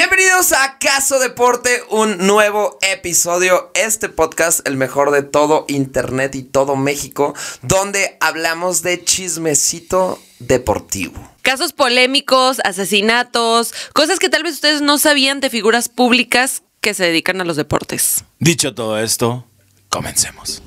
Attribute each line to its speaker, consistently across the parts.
Speaker 1: Bienvenidos a Caso Deporte, un nuevo episodio. Este podcast, el mejor de todo Internet y todo México, donde hablamos de chismecito deportivo.
Speaker 2: Casos polémicos, asesinatos, cosas que tal vez ustedes no sabían de figuras públicas que se dedican a los deportes.
Speaker 3: Dicho todo esto, comencemos.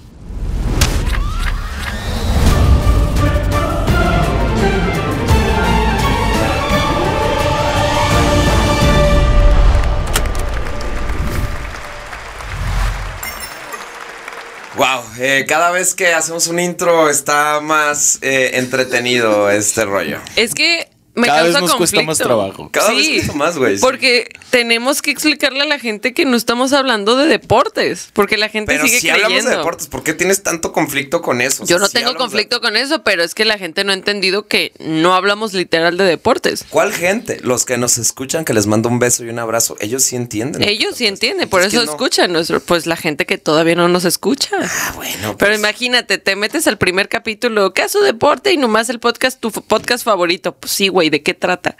Speaker 1: Wow, eh, cada vez que hacemos un intro está más eh, entretenido este rollo.
Speaker 2: Es que me
Speaker 3: Cada vez
Speaker 2: causa
Speaker 3: nos
Speaker 2: conflicto.
Speaker 3: cuesta más trabajo.
Speaker 1: Cada vez cuesta más, güey, sí.
Speaker 2: Porque tenemos que explicarle a la gente que no estamos hablando de deportes, porque la gente
Speaker 1: Pero
Speaker 2: sigue
Speaker 1: si
Speaker 2: creyendo.
Speaker 1: hablamos de deportes, ¿por qué tienes tanto conflicto con eso? O sea,
Speaker 2: Yo no
Speaker 1: si
Speaker 2: tengo
Speaker 1: hablamos de-
Speaker 2: conflicto con eso, pero es que la gente no ha entendido que no hablamos literal de deportes.
Speaker 1: ¿Cuál gente? Los que nos escuchan, que les mando un beso y un abrazo, ellos sí entienden.
Speaker 2: Ellos sí entienden, por
Speaker 1: pues, Es que
Speaker 2: eso
Speaker 1: no.
Speaker 2: escuchan nuestro, pues la gente que todavía no nos escucha.
Speaker 1: Bueno,
Speaker 2: Pero
Speaker 1: pues,
Speaker 2: imagínate, te metes al primer capítulo, caso deporte y nomás el podcast, tu f- podcast favorito. Pues sí, güey, ¿de qué trata?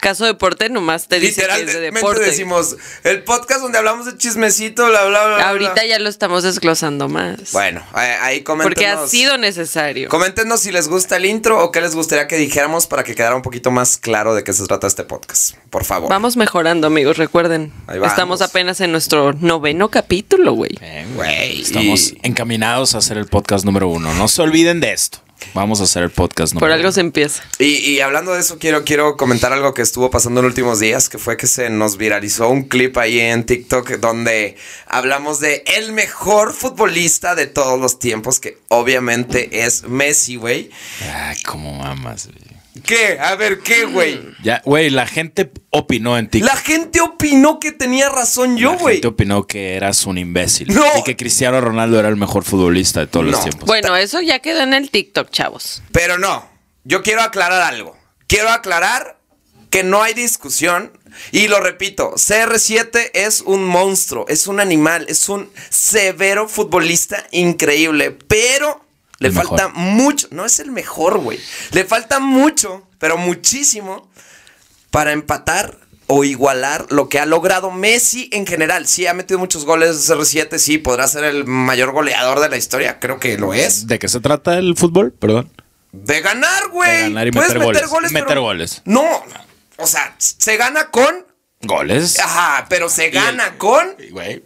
Speaker 2: Caso deporte, nomás te dice que es de
Speaker 1: literalmente
Speaker 2: deporte.
Speaker 1: decimos el podcast donde hablamos de chismecito, bla, bla, bla. bla,
Speaker 2: Ahorita
Speaker 1: bla.
Speaker 2: ya lo estamos desglosando más.
Speaker 1: ah". Bueno, ahí, ahí coméntenos.
Speaker 2: porque ha sido necesario.
Speaker 1: Coméntenos si les gusta el intro o qué les gustaría que dijéramos para que quedara un poquito más claro de qué se trata este podcast. Por favor.
Speaker 2: Vamos mejorando, amigos, recuerden.
Speaker 1: Ahí vamos.
Speaker 2: Estamos apenas en nuestro noveno capítulo, güey.
Speaker 1: Güey,
Speaker 3: Estamos
Speaker 1: y-
Speaker 3: encaminados a hacer el podcast número uno. No se olviden de esto. Vamos a hacer el podcast número
Speaker 2: Por algo
Speaker 3: uno.
Speaker 2: se empieza.
Speaker 1: Y, y hablando de eso, quiero, quiero comentar algo que estuvo pasando en los últimos días, que fue que se nos viralizó un clip ahí en TikTok donde hablamos de el mejor futbolista de todos los tiempos, que obviamente es Messi, güey.
Speaker 3: Ay, cómo mamas, güey.
Speaker 1: ¿Qué? A ver, ¿qué, güey?
Speaker 3: Ya, güey, la gente opinó en TikTok.
Speaker 1: La gente opinó que tenía razón yo,
Speaker 3: La
Speaker 1: güey.
Speaker 3: gente opinó que eras un imbécil.
Speaker 1: No.
Speaker 3: Y que Cristiano Ronaldo era el mejor futbolista de todos
Speaker 1: No.
Speaker 3: los tiempos.
Speaker 2: Bueno, eso ya quedó en el TikTok, chavos.
Speaker 1: Pero no, yo quiero aclarar algo. Quiero aclarar que no hay discusión. Y lo repito, CR7 es un monstruo, es un animal, es un severo futbolista increíble, pero le
Speaker 3: El
Speaker 1: falta
Speaker 3: mejor.
Speaker 1: mucho, no es el mejor, güey. Le falta mucho, pero muchísimo para empatar o igualar lo que ha logrado Messi en general. Sí, ha metido muchos goles CR7, sí, podrá ser el mayor goleador de la historia, creo que lo es.
Speaker 3: ¿De qué se trata el fútbol? Perdón.
Speaker 1: De ganar, güey.
Speaker 3: De ganar y
Speaker 1: Puedes
Speaker 3: meter goles. Meter
Speaker 1: pero-
Speaker 3: goles.
Speaker 1: No. O sea, se gana con.
Speaker 3: Goles.
Speaker 1: Ajá, pero se
Speaker 3: el-
Speaker 1: gana con.
Speaker 3: Ah. Güey.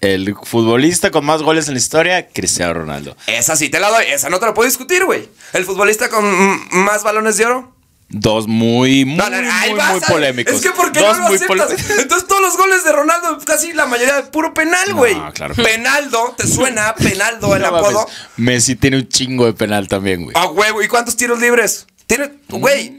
Speaker 3: El futbolista con más goles en la historia, Cristiano Ronaldo.
Speaker 1: Esa sí te la doy. Esa no te la puedo discutir, güey. El futbolista con mm, más balones de oro.
Speaker 3: Dos muy, muy,
Speaker 1: No, no, no, ahí
Speaker 3: muy,
Speaker 1: vas
Speaker 3: muy
Speaker 1: a-
Speaker 3: polémicos.
Speaker 1: Es que ¿por qué
Speaker 3: Dos
Speaker 1: no lo
Speaker 3: muy
Speaker 1: aceptas?
Speaker 3: polémicos.
Speaker 1: Entonces todos los goles de Ronaldo, casi la mayoría, puro penal, güey.
Speaker 3: claro.
Speaker 1: Penaldo, ¿te suena? Penaldo, el
Speaker 3: No mames,
Speaker 1: apodo.
Speaker 3: Messi tiene un chingo de penal también, güey.
Speaker 1: A huevo. ¿Y cuántos tiros libres? Tiene.
Speaker 3: Mm.
Speaker 1: Güey.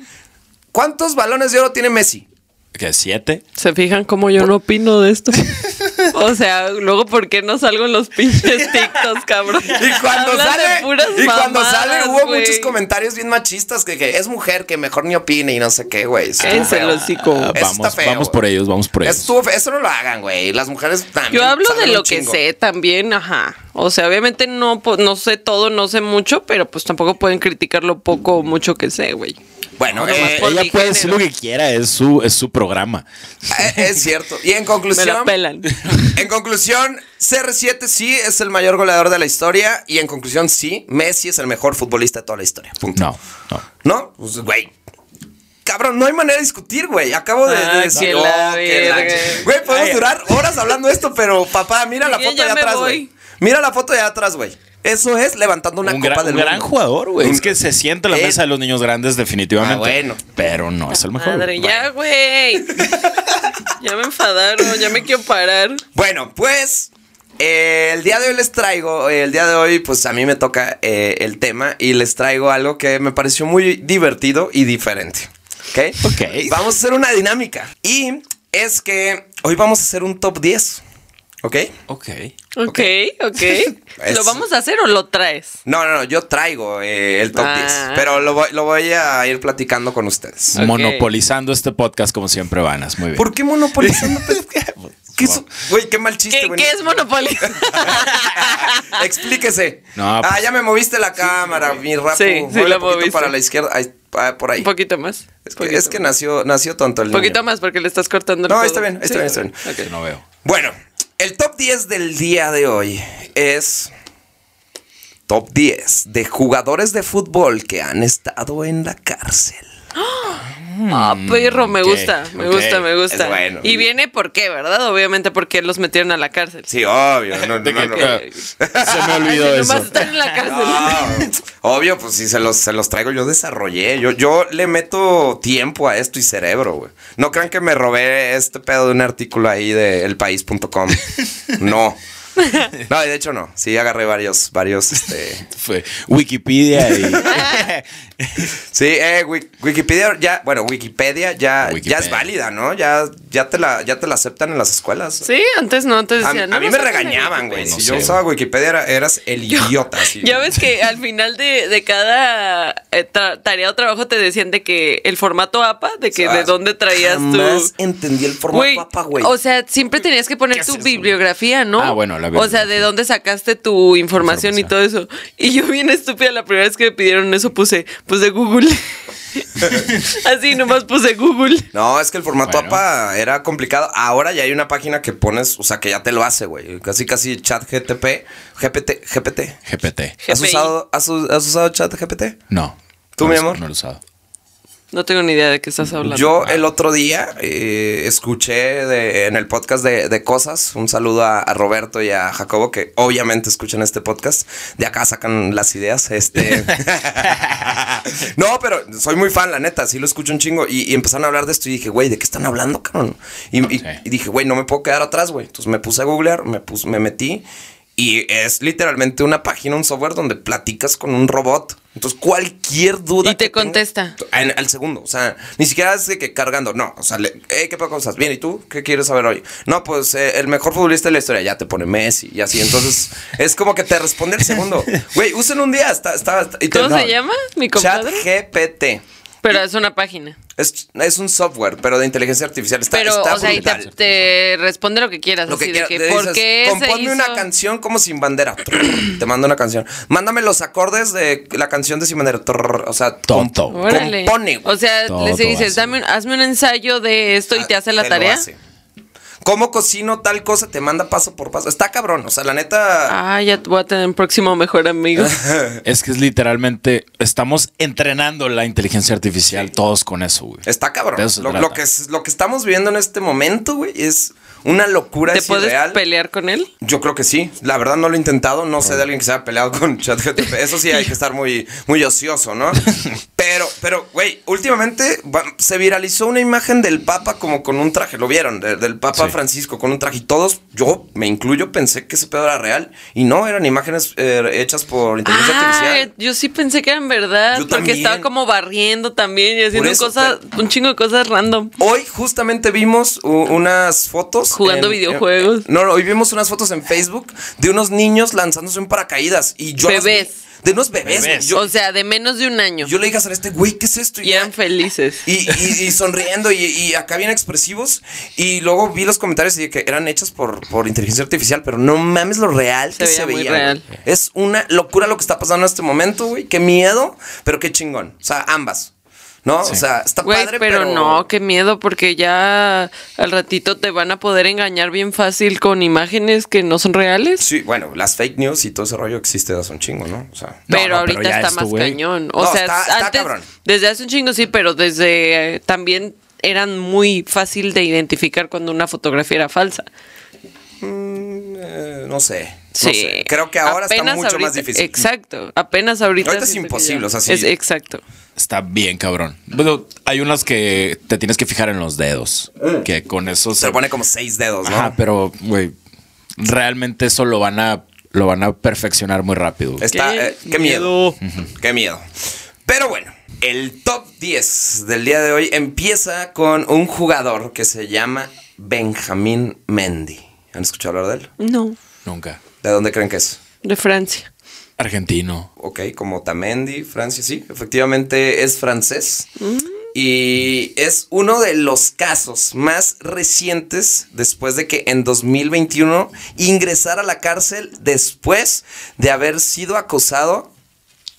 Speaker 1: ¿Cuántos balones de oro tiene Messi?
Speaker 3: ¿Qué? ¿Siete?
Speaker 2: ¿Se fijan cómo yo no opino de esto? o sea, luego, ¿por qué no salgo en los pinches TikToks, cabrón?
Speaker 1: Y cuando
Speaker 2: Hablan de
Speaker 1: sale,
Speaker 2: puras
Speaker 1: y cuando
Speaker 2: mamadas,
Speaker 1: sale hubo
Speaker 2: güey.
Speaker 1: muchos comentarios bien machistas que, que es mujer, que mejor ni opine y no sé qué, güey. Estuvo
Speaker 2: Cállense
Speaker 1: feo.
Speaker 2: el hocico.
Speaker 3: Ah,
Speaker 1: Eso está
Speaker 3: vamos,
Speaker 1: feo,
Speaker 3: vamos
Speaker 1: güey.
Speaker 3: por ellos, vamos por ellos.
Speaker 1: Estuvo fe- eso no lo hagan, güey. Las mujeres también.
Speaker 2: Yo hablo de
Speaker 1: saben
Speaker 2: lo
Speaker 1: un
Speaker 2: que
Speaker 1: chingo.
Speaker 2: sé también, ajá. O sea, obviamente no, po- no sé todo, no sé mucho, pero pues tampoco pueden criticar lo poco o mucho que sé, güey.
Speaker 1: Bueno,
Speaker 2: No, nomás
Speaker 1: eh,
Speaker 2: por
Speaker 3: Ella
Speaker 2: mi
Speaker 3: puede decir
Speaker 2: género.
Speaker 3: lo que quiera, es su, es su programa.
Speaker 1: eh, es cierto. Y en
Speaker 2: Me la
Speaker 1: conclusión,
Speaker 2: pelan.
Speaker 1: en conclusión, CR7 sí es el mayor goleador de la historia. Y en conclusión, sí, Messi es el mejor futbolista de toda la historia. Punto.
Speaker 3: No, no.
Speaker 1: ¿No? Pues, güey. Cabrón, no hay manera de discutir, güey. Acabo de, de
Speaker 2: Ah,
Speaker 1: decir.
Speaker 2: que la
Speaker 1: oh, que la-
Speaker 2: verga.
Speaker 1: Güey, podemos
Speaker 3: Ay.
Speaker 1: durar horas hablando de esto, pero papá, mira la
Speaker 2: Sí,
Speaker 1: foto
Speaker 2: ya
Speaker 1: de
Speaker 2: me
Speaker 1: atrás,
Speaker 2: voy.
Speaker 1: güey. Mira la foto de atrás, güey. Eso es levantando una
Speaker 3: un
Speaker 1: copa
Speaker 3: gran,
Speaker 1: del
Speaker 3: un gran
Speaker 1: mundo.
Speaker 3: jugador, güey.
Speaker 1: Un-
Speaker 3: Es que se sienta en la
Speaker 1: Eh.
Speaker 3: mesa de los niños grandes, definitivamente.
Speaker 1: Ah, bueno.
Speaker 3: Pero no es el mejor.
Speaker 2: Madre,
Speaker 3: güey.
Speaker 2: ya, güey. ya me enfadaron, ya me quiero parar.
Speaker 1: Bueno, pues eh, el día de hoy les traigo, eh, el día de hoy pues a mí me toca eh, el tema y les traigo algo que me pareció muy divertido y diferente. ¿Ok?
Speaker 3: Ok.
Speaker 1: Vamos a hacer una dinámica. Y es que hoy vamos a hacer un top 10. ¿Ok?
Speaker 3: Ok.
Speaker 2: Ok, ok.
Speaker 1: Eso.
Speaker 2: ¿Lo vamos a hacer o lo traes?
Speaker 1: No, no, no, yo traigo eh, el top
Speaker 2: Ah.
Speaker 1: 10, pero lo voy, lo voy a ir platicando con ustedes.
Speaker 2: Ok.
Speaker 3: Monopolizando este podcast como siempre, Vanas. Muy bien.
Speaker 1: ¿Por qué monopolizando? ¿Qué es- Güey, qué mal chiste,
Speaker 2: ¿Qué,
Speaker 1: güey.
Speaker 2: qué es Monopoly?
Speaker 1: Explíquese.
Speaker 3: No,
Speaker 1: ah,
Speaker 3: pues-
Speaker 1: ya me moviste la cámara, mi rapo.
Speaker 2: Sí, sí,
Speaker 1: Muévele
Speaker 2: la
Speaker 1: poquito
Speaker 2: moviste.
Speaker 1: para la izquierda, ahí, ah, por ahí.
Speaker 2: Un poquito más.
Speaker 1: es que,
Speaker 2: poquito
Speaker 1: es que nació, nació tonto el
Speaker 2: más. Poquito
Speaker 1: niño.
Speaker 2: más porque le estás cortando el
Speaker 1: No,
Speaker 2: codo.
Speaker 1: está bien, está bien, está bien.
Speaker 2: ok.
Speaker 3: No veo.
Speaker 1: Bueno, el top 10 del día de hoy es top 10 de jugadores de fútbol que han estado en la cárcel.
Speaker 2: Ah, perro, me
Speaker 3: Mm, ok,
Speaker 2: gusta, me
Speaker 3: ok,
Speaker 2: gusta, me gusta.
Speaker 1: es bueno.
Speaker 2: Y viene por qué, ¿verdad? Obviamente porque los metieron a la cárcel.
Speaker 1: Sí, obvio. No,
Speaker 3: De
Speaker 1: no,
Speaker 3: que-
Speaker 1: no,
Speaker 3: ah, Se me olvidó
Speaker 2: Así
Speaker 3: eso.
Speaker 2: Nomás están en la cárcel.
Speaker 1: Ah, obvio, pues si se los, se los traigo, yo desarrollé. Yo, yo le meto tiempo a esto y cerebro, güey. No crean que me robé este pedo de un artículo ahí de elpaís.com. No. No, de hecho no. Sí, agarré varios, varios, este.
Speaker 3: Fue Wikipedia y.
Speaker 1: Sí, eh, Wi- Wikipedia ya, bueno, Wikipedia ya, ya es
Speaker 3: Wikipedia.
Speaker 1: válida, ¿no? Ya, ya te la, ya te la aceptan en las escuelas.
Speaker 2: Sí, antes no, antes
Speaker 1: A,
Speaker 2: decían,
Speaker 1: a
Speaker 2: no,
Speaker 1: mí
Speaker 2: no
Speaker 1: me
Speaker 2: saquen de
Speaker 1: regañaban, güey.
Speaker 2: Wikipedia.
Speaker 1: Si
Speaker 3: No
Speaker 1: yo
Speaker 3: sé,
Speaker 1: usaba Wikipedia, era- eras el idiota. sí.
Speaker 2: Ya ves que al final de, de cada eh, tra- tarea o trabajo te decían de que el formato APA, de que de
Speaker 1: Sabes,
Speaker 2: dónde traías tu...
Speaker 1: Jamás entendí el formato
Speaker 2: Güey,
Speaker 1: APA, güey.
Speaker 2: o sea, siempre tenías que poner
Speaker 3: ¿Qué es
Speaker 2: tu
Speaker 3: eso?
Speaker 2: bibliografía, ¿no?
Speaker 3: Ah, bueno, la
Speaker 2: O sea, de
Speaker 3: bibliografía.
Speaker 2: dónde sacaste tu información, y todo
Speaker 3: Información.
Speaker 2: eso. Y yo bien estúpida, la primera vez que me pidieron eso puse, pues de Google. Así nomás puse Google.
Speaker 1: No, es que el formato
Speaker 3: Bueno.
Speaker 1: APA era complicado. Ahora ya hay una página que pones, o sea, que ya te lo hace, güey. Casi, casi chat GTP, GPT, GPT.
Speaker 3: GPT.
Speaker 1: ¿Has
Speaker 2: GPI.
Speaker 1: usado, has, u- has usado chat GPT?
Speaker 3: No.
Speaker 1: ¿Tú,
Speaker 3: No
Speaker 1: mi
Speaker 3: lo-
Speaker 1: amor?
Speaker 3: No lo he usado.
Speaker 2: No tengo ni idea de qué estás hablando.
Speaker 1: Yo el otro día eh, escuché de- en el podcast de, de Cosas, un saludo a, a Roberto y a Jacobo, que obviamente escuchan este podcast, de acá sacan las ideas, este... no, pero soy muy fan, la neta, sí lo escucho un chingo, y, y empezaron a hablar de esto y dije, güey, ¿de qué están hablando, cabrón? Y, y-
Speaker 3: Sí.
Speaker 1: y dije, güey, no me puedo quedar atrás, güey. Entonces me puse a googlear, me, puse, me metí. Y es literalmente una página, un software donde platicas con un robot. Entonces, cualquier duda.
Speaker 2: Y te
Speaker 1: que tengas-
Speaker 2: contesta.
Speaker 1: en- al segundo, o sea, ni siquiera es de que cargando, no, o sea, le, "Ey, ¿qué cosas? Bien, ¿y tú? ¿Qué quieres saber hoy? No, pues eh, el mejor futbolista de la historia, ya te pone Messi y así, entonces es como que te responde el segundo. Güey, usen un día, está, está, está- y te-
Speaker 2: ¿Cómo
Speaker 1: no.
Speaker 2: se llama, mi compadre?
Speaker 1: ChatGPT.
Speaker 2: Pero es una página.
Speaker 1: Es, es un software, pero de inteligencia artificial. Está,
Speaker 2: Pero,
Speaker 1: está
Speaker 2: o sea, y te,
Speaker 1: brutal.
Speaker 2: te responde lo que quieras.
Speaker 1: Lo que
Speaker 2: así
Speaker 1: quieras.
Speaker 2: de
Speaker 1: le
Speaker 2: que, ¿por
Speaker 1: dices,
Speaker 2: qué se
Speaker 1: Componme una
Speaker 2: hizo?
Speaker 1: canción como sin bandera. Te mando una canción. Mándame los acordes de la canción de sin bandera. O sea, com-
Speaker 3: Tonto.
Speaker 2: Órale.
Speaker 1: compone. güey.
Speaker 2: O sea,
Speaker 3: Todo
Speaker 2: le dices,
Speaker 3: hace.
Speaker 2: dame un- hazme un ensayo de esto y te hace la
Speaker 1: Ah, lo
Speaker 2: tarea.
Speaker 1: hace. ¿Cómo cocino tal cosa? Te manda paso por paso. Está cabrón. O sea, la neta.
Speaker 2: Ah, ya voy a tener un próximo mejor amigo.
Speaker 1: Eh.
Speaker 3: Es que es literalmente. Estamos entrenando la inteligencia artificial todos con eso, güey.
Speaker 1: Está cabrón.
Speaker 3: De eso se
Speaker 1: Lo,
Speaker 3: trata.
Speaker 1: lo que, es- lo que estamos viviendo en este momento, güey, es una locura.
Speaker 2: ¿Te
Speaker 1: es
Speaker 2: puedes
Speaker 1: irreal.
Speaker 2: pelear con él?
Speaker 1: Yo creo que sí. La verdad no lo he intentado. No sé de alguien que se haya peleado con ChatGTP. Eso sí hay que estar muy, muy ocioso, ¿no? Pero, pero, güey, últimamente va- se viralizó una imagen del Papa como con un traje. ¿Lo vieron? De- del Papa
Speaker 3: Sí.
Speaker 1: Francisco con un traje. Y todos, yo me incluyo, pensé que ese pedo era real. Y no, eran imágenes eh, hechas por inteligencia
Speaker 2: Ah,
Speaker 1: artificial.
Speaker 2: yo sí pensé que era en verdad,
Speaker 1: Yo
Speaker 2: porque
Speaker 1: también.
Speaker 2: estaba como barriendo también y haciendo
Speaker 1: eso,
Speaker 2: cosas, un chingo de cosas random.
Speaker 1: Hoy justamente vimos u- unas fotos. eh,
Speaker 2: Jugando videojuegos.
Speaker 1: no, no, hoy vimos unas fotos en Facebook de unos niños lanzándose en paracaídas. Y yo. las vi-
Speaker 2: Bebés.
Speaker 1: De unos bebés.
Speaker 3: Bebés.
Speaker 1: Yo-
Speaker 2: o sea, de menos de un año.
Speaker 1: Yo le dije a Sara, este güey, ¿qué es esto?
Speaker 2: y eran felices.
Speaker 1: y, y- y sonriendo y, y acá bien expresivos. Y luego vi los comentarios y que eran hechos por, por inteligencia artificial, pero no mames lo real
Speaker 2: Se
Speaker 1: que
Speaker 2: veía
Speaker 1: se
Speaker 2: muy
Speaker 1: veía.
Speaker 2: real.
Speaker 1: güey. Es una locura lo que está pasando en este momento, güey. Qué miedo, pero qué chingón. O sea, ambas. ¿No? O sea, está
Speaker 2: Güey,
Speaker 1: padre,
Speaker 2: pero,
Speaker 1: pero.
Speaker 2: no, qué miedo, porque ya al ratito te van a poder engañar bien fácil con imágenes que no son reales.
Speaker 1: Sí, bueno, las fake news y todo ese rollo existe hace un chingo, ¿no? O sea.
Speaker 3: No,
Speaker 2: pero
Speaker 3: no,
Speaker 2: ahorita
Speaker 3: pero ya
Speaker 2: está
Speaker 3: esto,
Speaker 2: más
Speaker 3: güey.
Speaker 2: cañón. O
Speaker 1: No,
Speaker 2: sea,
Speaker 1: está- está
Speaker 2: antes,
Speaker 1: cabrón.
Speaker 2: desde hace un chingo sí, pero desde eh, también eran muy fácil de identificar cuando una fotografía era falsa.
Speaker 1: eh, no sé.
Speaker 2: Sí.
Speaker 1: No sé. Creo que ahora está
Speaker 2: Apenas
Speaker 1: mucho más
Speaker 2: ahorita-
Speaker 1: difícil.
Speaker 2: Exacto. Apenas ahorita.
Speaker 1: Ahorita es
Speaker 2: siento que
Speaker 1: imposible,
Speaker 2: ya-
Speaker 1: o sea, sí.
Speaker 2: Es exacto.
Speaker 3: Está bien, cabrón. Bueno, hay unas que te tienes que fijar en los dedos. Que con eso
Speaker 1: Eh. Se pone como seis dedos, ¿no?
Speaker 3: Ajá, pero, güey, realmente eso lo van a, lo van a perfeccionar muy rápido. güey.
Speaker 1: Está,
Speaker 2: Qué
Speaker 1: eh, ¿Qué, miedo. Qué miedo. Pero bueno, el top 10 del día de hoy empieza con un jugador que se llama Benjamín Mendy. ¿Han escuchado hablar de él?
Speaker 2: No.
Speaker 3: Nunca.
Speaker 1: ¿De dónde creen que es?
Speaker 2: De Francia.
Speaker 3: Argentino.
Speaker 2: Mm.
Speaker 1: Ok, como Tamendi, Francia, sí. Efectivamente es francés. Y es uno de los casos más recientes después de que en 2021 ingresara a la cárcel después de haber sido acosado,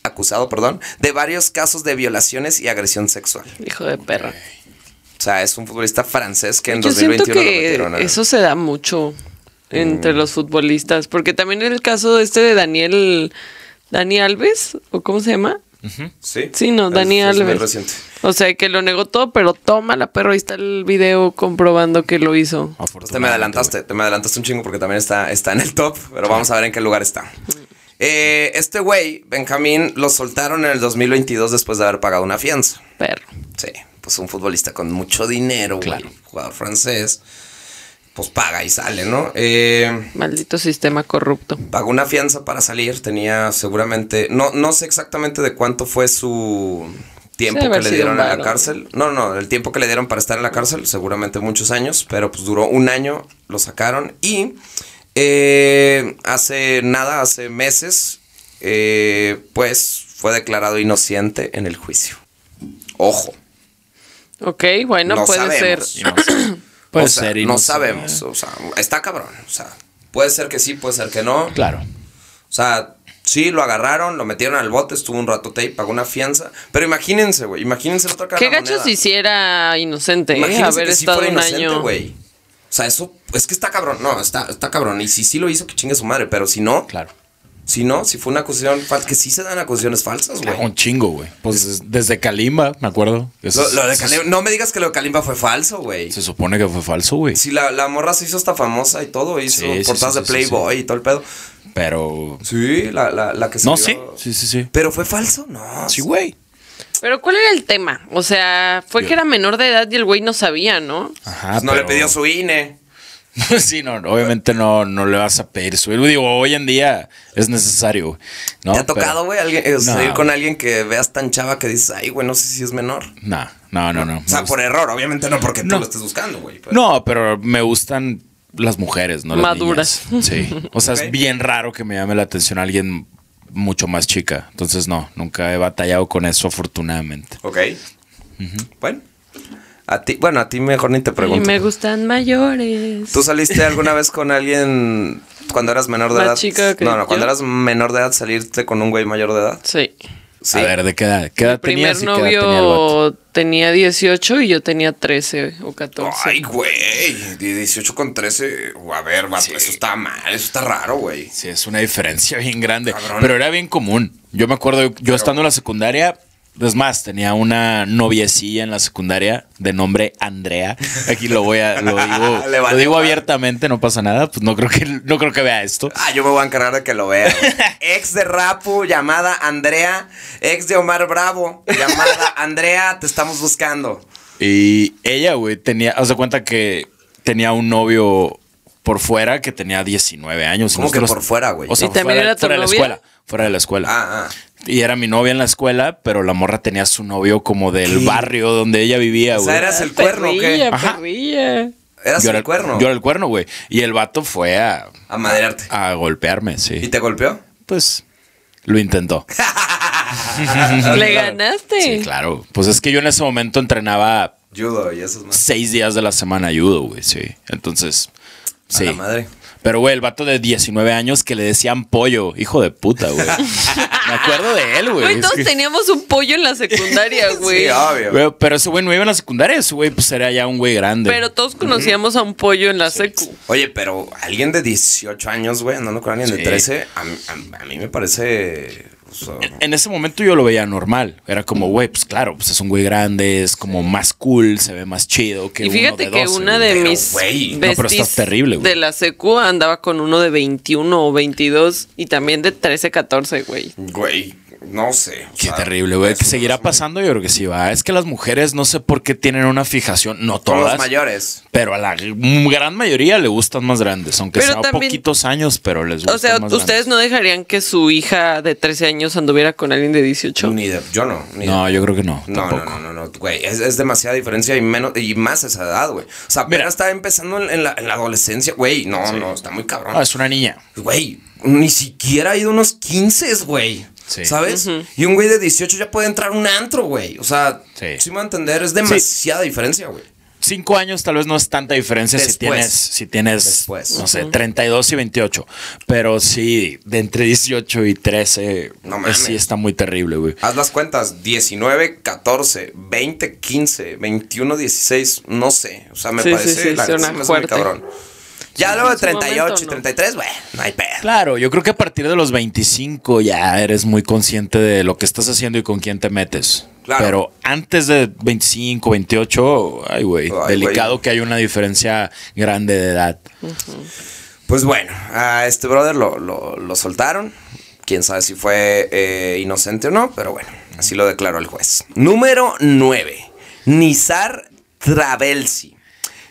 Speaker 1: acusado, perdón, de varios casos de violaciones y agresión sexual.
Speaker 2: Hijo de perra.
Speaker 1: O sea, es un futbolista francés que en
Speaker 2: Yo siento
Speaker 1: 2021 lo
Speaker 2: que
Speaker 1: metieron a- Mm.
Speaker 2: eso se da mucho entre los futbolistas, porque también el caso este de Daniel, Dani Alves, o cómo se llama.
Speaker 1: Sí,
Speaker 2: Sí, no,
Speaker 1: Es-
Speaker 2: Dani
Speaker 1: es muy
Speaker 2: Alves.
Speaker 1: reciente.
Speaker 2: O sea, que lo negó todo, pero toma la perro, ahí está el video comprobando que lo hizo.
Speaker 1: Pues te me adelantaste, te me adelantaste un chingo porque también está, está en el top, pero vamos a ver en qué lugar está. Eh, este güey, Benjamín, lo soltaron en el 2022 después de haber pagado una fianza.
Speaker 2: Perro.
Speaker 1: Sí, pues un futbolista con mucho dinero, güey,
Speaker 3: Claro.
Speaker 1: jugador francés, pues paga y sale, ¿no? Eh,
Speaker 2: Maldito sistema corrupto.
Speaker 1: pagó una fianza para salir, tenía seguramente, no, no sé exactamente de cuánto fue su tiempo
Speaker 2: Sí, debe
Speaker 1: que
Speaker 2: haber
Speaker 1: le
Speaker 2: sido
Speaker 1: dieron
Speaker 2: un
Speaker 1: en la
Speaker 2: varo.
Speaker 1: cárcel. No, no, el tiempo que le dieron para estar en la cárcel, seguramente muchos años, pero pues duró un año, lo sacaron y eh, hace nada, hace meses, eh, pues fue declarado inocente en el juicio. Ojo.
Speaker 2: Ok, bueno,
Speaker 1: No
Speaker 2: puede
Speaker 1: sabemos.
Speaker 2: ser.
Speaker 3: Puede
Speaker 1: O sea,
Speaker 3: ser. y
Speaker 1: no
Speaker 3: sé.
Speaker 1: sabemos. O sea, está cabrón. O sea, puede ser que sí, puede ser que no.
Speaker 3: Claro.
Speaker 1: O sea, sí, lo agarraron, lo metieron al bote, estuvo un ratote ahí, pagó una fianza. Pero imagínense, güey. Imagínense la otra cara
Speaker 2: Qué
Speaker 1: de la
Speaker 2: gacho
Speaker 1: moneda.
Speaker 2: si hiciera inocente, eh,
Speaker 1: Imagínense
Speaker 2: haber
Speaker 1: que sí
Speaker 2: estado
Speaker 1: fuera
Speaker 2: un
Speaker 1: inocente,
Speaker 2: año.
Speaker 1: güey. O sea, eso es que está cabrón. No, está, está cabrón. Y si sí lo hizo, que chingue su madre. Pero si no,
Speaker 3: Claro.
Speaker 1: si no, si fue una acusación falsa, que sí se dan acusaciones falsas, güey.
Speaker 3: Ah, Un chingo, güey. Pues des- desde Kalimba, me acuerdo. Eso
Speaker 1: Lo,
Speaker 3: es-
Speaker 1: lo de
Speaker 3: se-
Speaker 1: Kalimba- no me digas que lo de Kalimba fue falso, güey.
Speaker 3: Se supone que fue falso, güey.
Speaker 1: Si la, la morra se hizo hasta famosa y todo, hizo
Speaker 3: Sí, sí,
Speaker 1: portadas
Speaker 3: sí,
Speaker 1: de
Speaker 3: sí, sí, sí.
Speaker 1: Playboy y todo el pedo.
Speaker 3: Pero.
Speaker 1: Sí, la, la, la que se
Speaker 3: No,
Speaker 1: vio-
Speaker 3: sí. Sí, sí, sí.
Speaker 1: ¿Pero fue falso? No.
Speaker 3: Sí, güey.
Speaker 2: Pero ¿cuál era el tema? O sea, fue que era menor de edad y el güey no sabía, ¿no?
Speaker 3: Ajá.
Speaker 1: Pues no le
Speaker 3: Ah, pero-
Speaker 1: pidió su E. INE.
Speaker 3: sí, no, no, obviamente no, no le vas a pedir su. Digo, hoy en día es necesario, güey, ¿no?
Speaker 1: ¿Te ha tocado, güey, alguien- eh, salir
Speaker 3: No.
Speaker 1: con alguien que veas tan chava que dices, ay, güey, no sé si es menor?
Speaker 3: Pero- No, no, no, no.
Speaker 1: O sea, por error, obviamente no porque tú
Speaker 3: No.
Speaker 1: lo estés buscando, güey. pues. pero-
Speaker 3: No, pero me gustan las mujeres, no las
Speaker 2: Maduras.
Speaker 3: niñas. Sí. O sea,
Speaker 1: Ok.
Speaker 3: es bien raro que me llame la atención alguien mucho más chica. Entonces, no, nunca he batallado con eso, afortunadamente.
Speaker 1: Ok. Bueno. A ti, bueno, a ti mejor ni te
Speaker 2: Y
Speaker 1: pregunto.
Speaker 2: me gustan mayores.
Speaker 1: ¿Tú saliste alguna vez con alguien cuando eras menor de
Speaker 2: Más
Speaker 1: edad?
Speaker 2: chica que
Speaker 1: no, no, cuando
Speaker 2: yo.
Speaker 1: eras menor de edad, salirte con un güey mayor de edad.
Speaker 2: Sí.
Speaker 1: Sí.
Speaker 3: A ver, ¿de qué edad? ¿Qué edad
Speaker 2: Primer
Speaker 3: tenías y qué edad tenía el vato?
Speaker 2: novio tenía 18 y yo tenía 13 o 14.
Speaker 1: Ay, güey. de 18 con 13. A ver, vato, eso está mal, eso está raro, güey.
Speaker 3: Sí, es una diferencia bien grande.
Speaker 1: Cabrón.
Speaker 3: Pero era bien común. Yo me acuerdo, yo estando en la secundaria, es más, tenía una noviecilla en la secundaria de nombre Andrea. Aquí lo voy a, lo digo,
Speaker 1: Le
Speaker 3: lo
Speaker 1: valió
Speaker 3: digo
Speaker 1: madre.
Speaker 3: abiertamente, no pasa nada. Pues no creo que, no creo que vea esto.
Speaker 1: Ah, yo me voy a encargar de que lo vea. güey. Ex de Rapu, llamada Andrea. Ex de Omar Bravo, llamada Andrea, te estamos buscando.
Speaker 3: Y ella, güey, tenía, haz de cuenta que tenía un novio por fuera que tenía 19 años.
Speaker 1: ¿Cómo que
Speaker 3: Nosotros-
Speaker 1: por fuera, güey?
Speaker 3: O sea,
Speaker 2: ¿Y también
Speaker 3: fuera,
Speaker 2: era tu
Speaker 3: fuera de la
Speaker 2: novia?
Speaker 3: escuela. Fuera de la escuela.
Speaker 1: Ah, ah.
Speaker 3: Y era mi novia en la escuela, pero la morra tenía su novio como del
Speaker 1: ¿Qué?
Speaker 3: barrio donde ella vivía,
Speaker 1: O
Speaker 3: güey.
Speaker 1: sea, eras el cuerno, ¿o
Speaker 2: Perrilla,
Speaker 1: ¿qué?
Speaker 3: Ajá.
Speaker 2: perrilla.
Speaker 1: Eras
Speaker 3: yo
Speaker 1: el
Speaker 3: era
Speaker 1: cuerno.
Speaker 3: Yo era el Ah. cuerno, güey. Y el vato fue a,
Speaker 1: A madrearte.
Speaker 3: a golpearme, sí.
Speaker 1: ¿Y te golpeó?
Speaker 3: Pues lo intentó.
Speaker 1: Ah,
Speaker 2: Le ganaste.
Speaker 3: Sí, claro. Pues es que yo en ese momento entrenaba
Speaker 1: Judo y eso es más.
Speaker 3: seis días de la semana judo, güey, sí. Entonces,
Speaker 1: A la
Speaker 3: sí.
Speaker 1: madre.
Speaker 3: Pero, güey, el vato de 19 años que le decían pollo, hijo de puta, güey. Me acuerdo de él, güey.
Speaker 2: Güey,
Speaker 3: Es
Speaker 2: todos
Speaker 3: que-
Speaker 2: teníamos un pollo en la secundaria, güey.
Speaker 1: Sí, ah, obvio.
Speaker 3: Güey, pero ese güey no iba a la secundaria, ese güey pues era ya un güey grande.
Speaker 2: Pero todos conocíamos a un pollo en la secu.
Speaker 1: Oye, pero alguien de 18 años, güey, andando con alguien de
Speaker 3: Sí.
Speaker 1: 13, a, mí- a- a mí me parece. o sea,
Speaker 3: En ese momento yo lo veía normal. Era como, güey, pues claro, pues es un güey grande, es como más cool, se ve más chido que
Speaker 2: Y fíjate
Speaker 3: uno de
Speaker 2: que
Speaker 3: 12,
Speaker 2: una
Speaker 3: güey.
Speaker 2: de
Speaker 1: pero,
Speaker 2: mis
Speaker 1: güey, no,
Speaker 3: pero estás
Speaker 2: besties
Speaker 3: terrible, güey.
Speaker 2: de la secu andaba con uno de 21 o 22 y también de 13, 14, güey.
Speaker 1: güey, no sé. o
Speaker 3: Qué
Speaker 1: sea,
Speaker 3: terrible, güey.
Speaker 1: eso
Speaker 3: Que
Speaker 1: no
Speaker 3: seguirá
Speaker 1: es muy-
Speaker 3: pasando, yo creo que sí va. Es que las mujeres no sé por qué tienen una fijación, no
Speaker 1: Con los
Speaker 3: todas,
Speaker 1: mayores.
Speaker 3: pero a la gran mayoría le gustan más grandes, aunque
Speaker 2: Pero
Speaker 3: sea
Speaker 2: también-
Speaker 3: poquitos años, pero les gustan
Speaker 2: O sea,
Speaker 3: más
Speaker 2: ¿ustedes no dejarían que su hija de 13 años anduviera con alguien de 18?
Speaker 1: Ni de- yo no. Ni de-
Speaker 3: grandes. No, yo creo que no,
Speaker 1: No,
Speaker 3: tampoco.
Speaker 1: no, no, no, no, güey. Es, es demasiada diferencia y menos y más esa edad, güey. O sea, apenas
Speaker 3: Mira.
Speaker 1: está empezando en, en la, en la adolescencia, güey. No, no, está muy cabrón.
Speaker 3: No, es una Ah, niña.
Speaker 1: Güey, ni siquiera ha ido unos 15, güey.
Speaker 3: Sí.
Speaker 1: ¿Sabes? Y un güey de 18 ya puede entrar a un antro, güey. O sea, sí,
Speaker 3: Sí.
Speaker 1: me va a entender, es demasiada diferencia, güey.
Speaker 3: Cinco años tal vez no es tanta diferencia si
Speaker 1: Después.
Speaker 3: tienes, si tienes
Speaker 1: Después.
Speaker 3: no sé, 32 y 28. Pero sí, de entre 18 y 13,
Speaker 1: No
Speaker 3: eh,
Speaker 1: mames.
Speaker 3: sí está muy terrible, güey.
Speaker 1: Haz las cuentas, 19, 14, 20, 15, 21, 16, no sé. O sea, me
Speaker 2: Sí, sí,
Speaker 1: parece
Speaker 2: sí,
Speaker 1: la neta
Speaker 2: suena
Speaker 1: se me hace muy
Speaker 2: fuerte.
Speaker 1: cabrón. Ya luego de
Speaker 2: en su momento,
Speaker 1: 38 y
Speaker 2: no.
Speaker 1: 33, güey, no hay pedo.
Speaker 3: Claro, yo creo que a partir de los 25 ya eres muy consciente de lo que estás haciendo y con quién te metes.
Speaker 1: Claro.
Speaker 3: Pero antes de 25, 28, ay, güey,
Speaker 1: Ay,
Speaker 3: delicado
Speaker 1: güey.
Speaker 3: que hay una diferencia grande de edad.
Speaker 1: Pues bueno, a este brother lo, lo- lo soltaron. Quién sabe si fue eh, inocente o no, pero bueno, así lo declaró el juez. Número 9. Nizar Travelsi.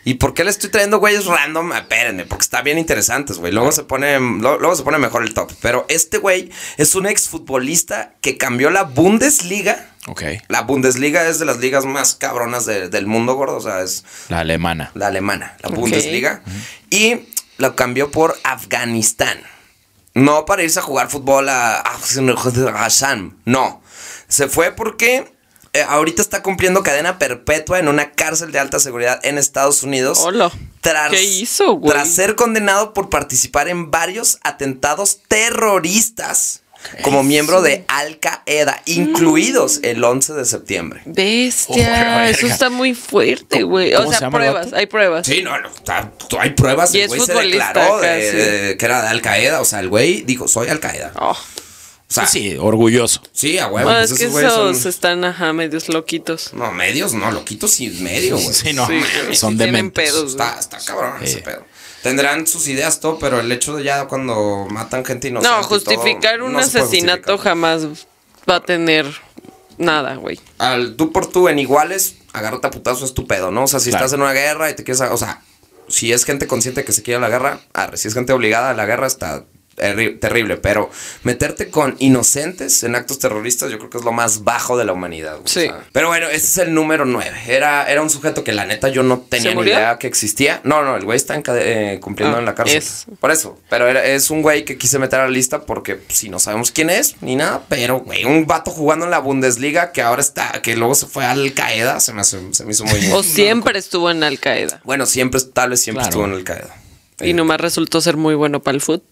Speaker 1: ¿Y por qué le estoy trayendo güeyes random? Espérenme, porque está bien interesantes, güey. Luego se pone, lo- luego se pone mejor el top. Pero este güey es un exfutbolista que cambió la Bundesliga.
Speaker 3: Ok.
Speaker 1: La Bundesliga es de las ligas más cabronas de- del mundo, gordo. O sea, es,
Speaker 3: La alemana.
Speaker 1: la alemana, la
Speaker 2: Ok.
Speaker 1: Bundesliga, y la cambió por Afganistán. No para irse a jugar fútbol a Afganistán, no. Se fue porque eh, ahorita está cumpliendo cadena perpetua en una cárcel de alta seguridad en Estados Unidos.
Speaker 2: Hola.
Speaker 1: Tras,
Speaker 2: ¿Qué hizo, güey?
Speaker 1: Tras ser condenado por participar en varios atentados terroristas como miembro de Al Qaeda,
Speaker 2: Mm.
Speaker 1: incluidos el 11 de septiembre.
Speaker 3: Oh,
Speaker 2: Bestia,
Speaker 3: la
Speaker 2: eso
Speaker 3: verga.
Speaker 2: está muy fuerte, güey. O
Speaker 3: cómo se
Speaker 2: sea,
Speaker 3: llama el
Speaker 2: pruebas, hay pruebas.
Speaker 1: Sí, no, no, está- hay pruebas.
Speaker 2: Y
Speaker 1: el
Speaker 2: es
Speaker 1: güey se
Speaker 2: futbolista
Speaker 1: declaró de-
Speaker 2: acá, sí.
Speaker 1: de- que era de Al Qaeda. O sea, el güey dijo, soy Al Qaeda. O
Speaker 2: Oh.
Speaker 1: sea, sí,
Speaker 3: sí, orgulloso.
Speaker 1: sí, a huevo.
Speaker 2: Bueno,
Speaker 1: pues
Speaker 2: es que
Speaker 1: esos güeyes son-
Speaker 2: esos están, ajá, medios loquitos.
Speaker 1: No, medios, no, loquitos sin medio, güey.
Speaker 3: Sí, no,
Speaker 2: Sí, güey,
Speaker 3: son Ah,
Speaker 2: sí tienen
Speaker 3: dementes.
Speaker 2: pedos, güey.
Speaker 1: Está, está cabrón ese
Speaker 3: Sí.
Speaker 1: pedo. Tendrán sus ideas todo, pero el hecho de ya cuando matan gente inocente.
Speaker 2: No,
Speaker 1: y todo,
Speaker 2: justificar un
Speaker 1: no se puede
Speaker 2: asesinato
Speaker 1: justificar.
Speaker 2: jamás va a tener nada, güey.
Speaker 1: Al tú por tú en iguales, agárrate a putazo es tu pedo, ¿no? O sea, si
Speaker 3: Claro.
Speaker 1: estás en una guerra y te quieres. ag- O sea, si es gente consciente que se quiere la guerra, arre, si es gente obligada a la guerra, está terri- terrible. Pero meterte con inocentes en actos terroristas, yo creo que es lo más bajo de la humanidad. güey,
Speaker 2: Sí.
Speaker 1: o sea. Pero bueno, ese es el número 9. Era, era un sujeto que la neta yo no tenía ni
Speaker 2: murió?
Speaker 1: idea que existía. No, no, el güey está en cade- eh, cumpliendo
Speaker 2: Ah,
Speaker 1: en la cárcel.
Speaker 2: es.
Speaker 1: Por eso, pero era- es un güey que quise meter a la lista porque pues, si no sabemos quién es ni nada, pero güey, un vato jugando en la Bundesliga que ahora está, que luego se fue al Qaeda, se me, hace- se me hizo muy
Speaker 2: O siempre estuvo en Al Qaeda.
Speaker 1: Bueno, siempre, tal vez siempre
Speaker 3: Claro.
Speaker 1: estuvo en el Qaeda. Eh.
Speaker 2: Y nomás resultó ser muy bueno para el fútbol.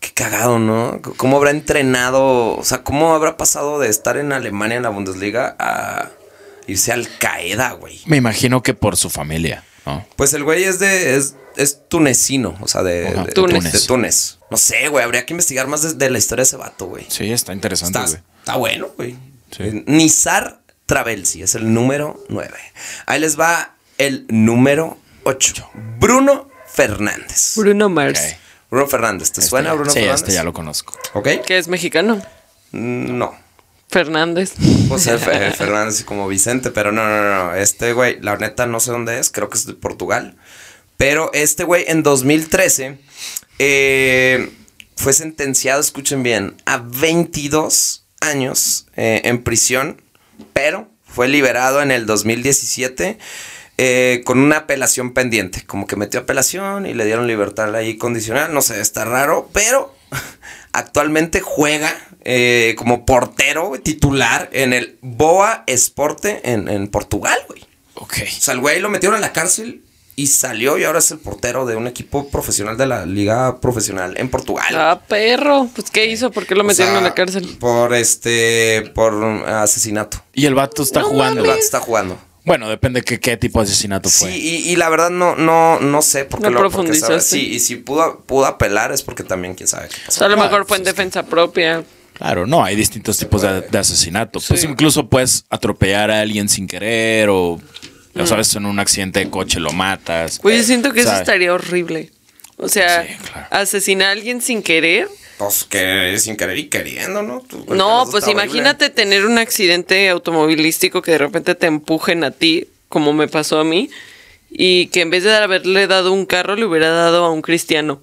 Speaker 1: Qué cagado, ¿no? C- ¿Cómo habrá entrenado? O sea, ¿cómo habrá pasado de estar en Alemania en la Bundesliga a irse al Qaeda, güey?
Speaker 3: Me imagino que por su familia, ¿no?
Speaker 1: Pues el güey es de. Es, es tunecino, o sea, de,
Speaker 3: Ajá,
Speaker 1: de-
Speaker 2: Túnez.
Speaker 1: de Túnez. No sé, güey, habría que investigar más de, de la historia de ese vato, güey.
Speaker 3: Sí, está interesante,
Speaker 1: Está,
Speaker 3: güey.
Speaker 1: está bueno, güey.
Speaker 3: Sí.
Speaker 1: Eh, Nizar Travelsi es el número 9. Ahí les va el número 8. Bruno Fernández.
Speaker 2: Bruno Mars,
Speaker 3: Ok.
Speaker 1: Bruno Fernández, ¿te suena
Speaker 3: Este ya-
Speaker 1: Bruno
Speaker 3: sí,
Speaker 1: Fernández?
Speaker 3: este ya lo conozco.
Speaker 1: ¿Ok?
Speaker 2: que es mexicano.
Speaker 1: No.
Speaker 2: Fernández.
Speaker 1: Pues eh, Fe- eh, Fernández y como Vicente, pero no, no, no. Este güey, la neta no sé dónde es, creo que es de Portugal. Pero este güey en 2013 eh, fue sentenciado, escuchen bien, a 22 años eh, en prisión, pero fue liberado en el 2017 eh, con una apelación pendiente. Como que metió apelación y le dieron libertad ahí condicional, no sé, está raro, pero actualmente juega eh, como portero güey, titular en el Boa Esporte en, en Portugal, güey.
Speaker 3: Ok.
Speaker 1: O sea, el güey lo metieron a la cárcel y salió y ahora es el portero de un equipo profesional de la liga profesional en Portugal.
Speaker 2: Ah, perro. Pues, ¿qué hizo? ¿Por qué lo
Speaker 1: O
Speaker 2: metieron
Speaker 1: sea,
Speaker 2: en la cárcel?
Speaker 1: Por este, por um, asesinato.
Speaker 3: Y el vato está jugando.
Speaker 1: El vato está jugando.
Speaker 3: Bueno, depende que, qué tipo de asesinato fue.
Speaker 1: Sí, y, y la verdad no, no, no sé por qué
Speaker 2: No
Speaker 1: lo por qué
Speaker 2: profundizaste.
Speaker 1: sabe. Sí, y si pudo, pudo apelar es porque también quién sabe qué
Speaker 2: O
Speaker 1: pasó.
Speaker 2: sea, a lo
Speaker 3: Ah,
Speaker 2: mejor fue
Speaker 1: pues
Speaker 2: en defensa propia.
Speaker 3: Claro, no, hay distintos tipos de, de asesinato. Pues incluso puedes atropellar a alguien sin querer o, ya sabes, en un accidente de coche lo matas.
Speaker 1: Eh,
Speaker 2: Güey, Mm. Pues, yo siento que eso
Speaker 3: ¿Sabes?
Speaker 2: estaría horrible. O sea,
Speaker 3: Sí, claro.
Speaker 2: asesinar a alguien sin querer.
Speaker 1: Pues que sin querer y queriendo, ¿no? Pues, cualquier
Speaker 2: No,
Speaker 1: cosa
Speaker 2: pues
Speaker 1: está horrible.
Speaker 2: imagínate tener un accidente automovilístico que de repente te empujen a ti, como me pasó a mí, y que en vez de haberle dado un carro, le hubiera dado a un cristiano.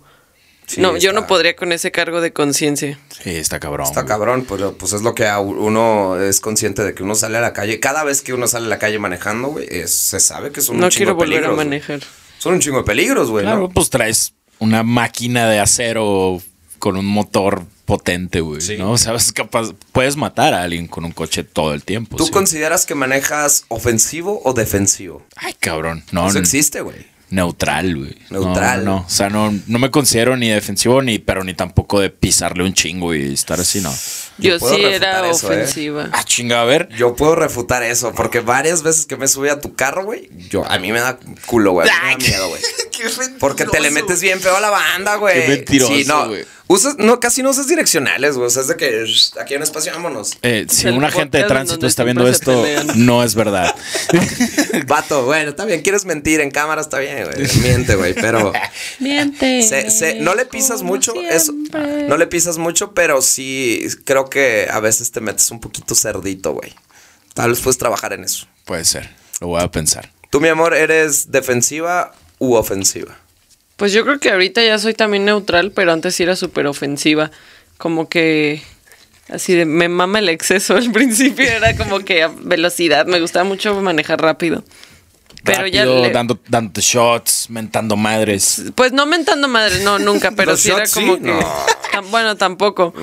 Speaker 1: Sí,
Speaker 2: no, yo no
Speaker 1: está-
Speaker 2: podría con ese cargo de conciencia.
Speaker 3: Sí, está cabrón.
Speaker 1: Está cabrón, pero pues es lo que a u- uno es consciente de que uno sale a la calle. Cada vez que uno sale a la calle manejando, güey, es- se sabe que son
Speaker 2: No
Speaker 1: un chingo
Speaker 2: quiero
Speaker 1: de
Speaker 2: volver
Speaker 1: peligros.
Speaker 2: a
Speaker 1: güey.
Speaker 2: manejar.
Speaker 3: pues
Speaker 1: Son un chingo de peligros, güey.
Speaker 3: Claro,
Speaker 1: ¿no?
Speaker 3: pues traes una máquina de acero con un motor potente, güey.
Speaker 1: Sí.
Speaker 3: ¿No? O sea, es capaz. Puedes matar a alguien con un coche todo el tiempo.
Speaker 1: ¿Tú
Speaker 3: Pues sí.
Speaker 1: consideras que manejas ofensivo o defensivo?
Speaker 3: Ay, cabrón. No,
Speaker 1: Eso
Speaker 3: no.
Speaker 1: existe, güey.
Speaker 3: Neutral, güey.
Speaker 1: Neutral.
Speaker 3: No, no, no. O sea, no, no me considero ni defensivo, ni, pero ni tampoco de pisarle un chingo y estar así, no.
Speaker 1: Yo
Speaker 2: Yo,
Speaker 1: puedo
Speaker 2: sí era
Speaker 1: refutar eso, ¿eh?
Speaker 2: ofensiva.
Speaker 3: Ah, chinga, a ver.
Speaker 1: Yo puedo refutar eso, porque varias veces que me subí a tu carro, güey, yo a mí me da culo, güey. A mí me da miedo, güey. Porque te le metes bien feo a la banda, güey.
Speaker 3: Qué mentiroso,
Speaker 1: Sí, no.
Speaker 3: güey.
Speaker 1: Usas, no, casi no usas direccionales, güey. O sea, es de que shh, aquí hay un espacio, vámonos.
Speaker 3: Eh, si
Speaker 2: el
Speaker 3: un agente
Speaker 2: podcast
Speaker 3: de
Speaker 2: en
Speaker 3: tránsito
Speaker 2: donde
Speaker 3: está
Speaker 2: siempre
Speaker 3: viendo
Speaker 2: se
Speaker 3: esto,
Speaker 2: pelean.
Speaker 3: no es verdad.
Speaker 1: Vato, bueno, está bien, quieres mentir en cámara, está bien, güey. Miente, güey, pero.
Speaker 2: Miente.
Speaker 1: se- se- no le pisas mucho, eso. No le pisas mucho, pero sí creo que a veces te metes un poquito cerdito, güey. Tal vez puedes trabajar en eso.
Speaker 3: Puede ser. Lo voy a pensar.
Speaker 1: Tú, mi amor, eres defensiva u ofensiva.
Speaker 2: Pues yo creo que ahorita ya soy también neutral, pero antes sí era súper ofensiva. Como que así de me mama el exceso. Al principio era como que a velocidad, me gustaba mucho manejar rápido. Pero ya
Speaker 3: Rápido,
Speaker 2: le-
Speaker 3: dando, dándote shots, mentando madres.
Speaker 2: pues no mentando madre, no, nunca, pero
Speaker 1: Los
Speaker 2: sí era
Speaker 1: shots,
Speaker 2: como
Speaker 1: sí,
Speaker 2: que
Speaker 1: no.
Speaker 2: tam- bueno, tampoco.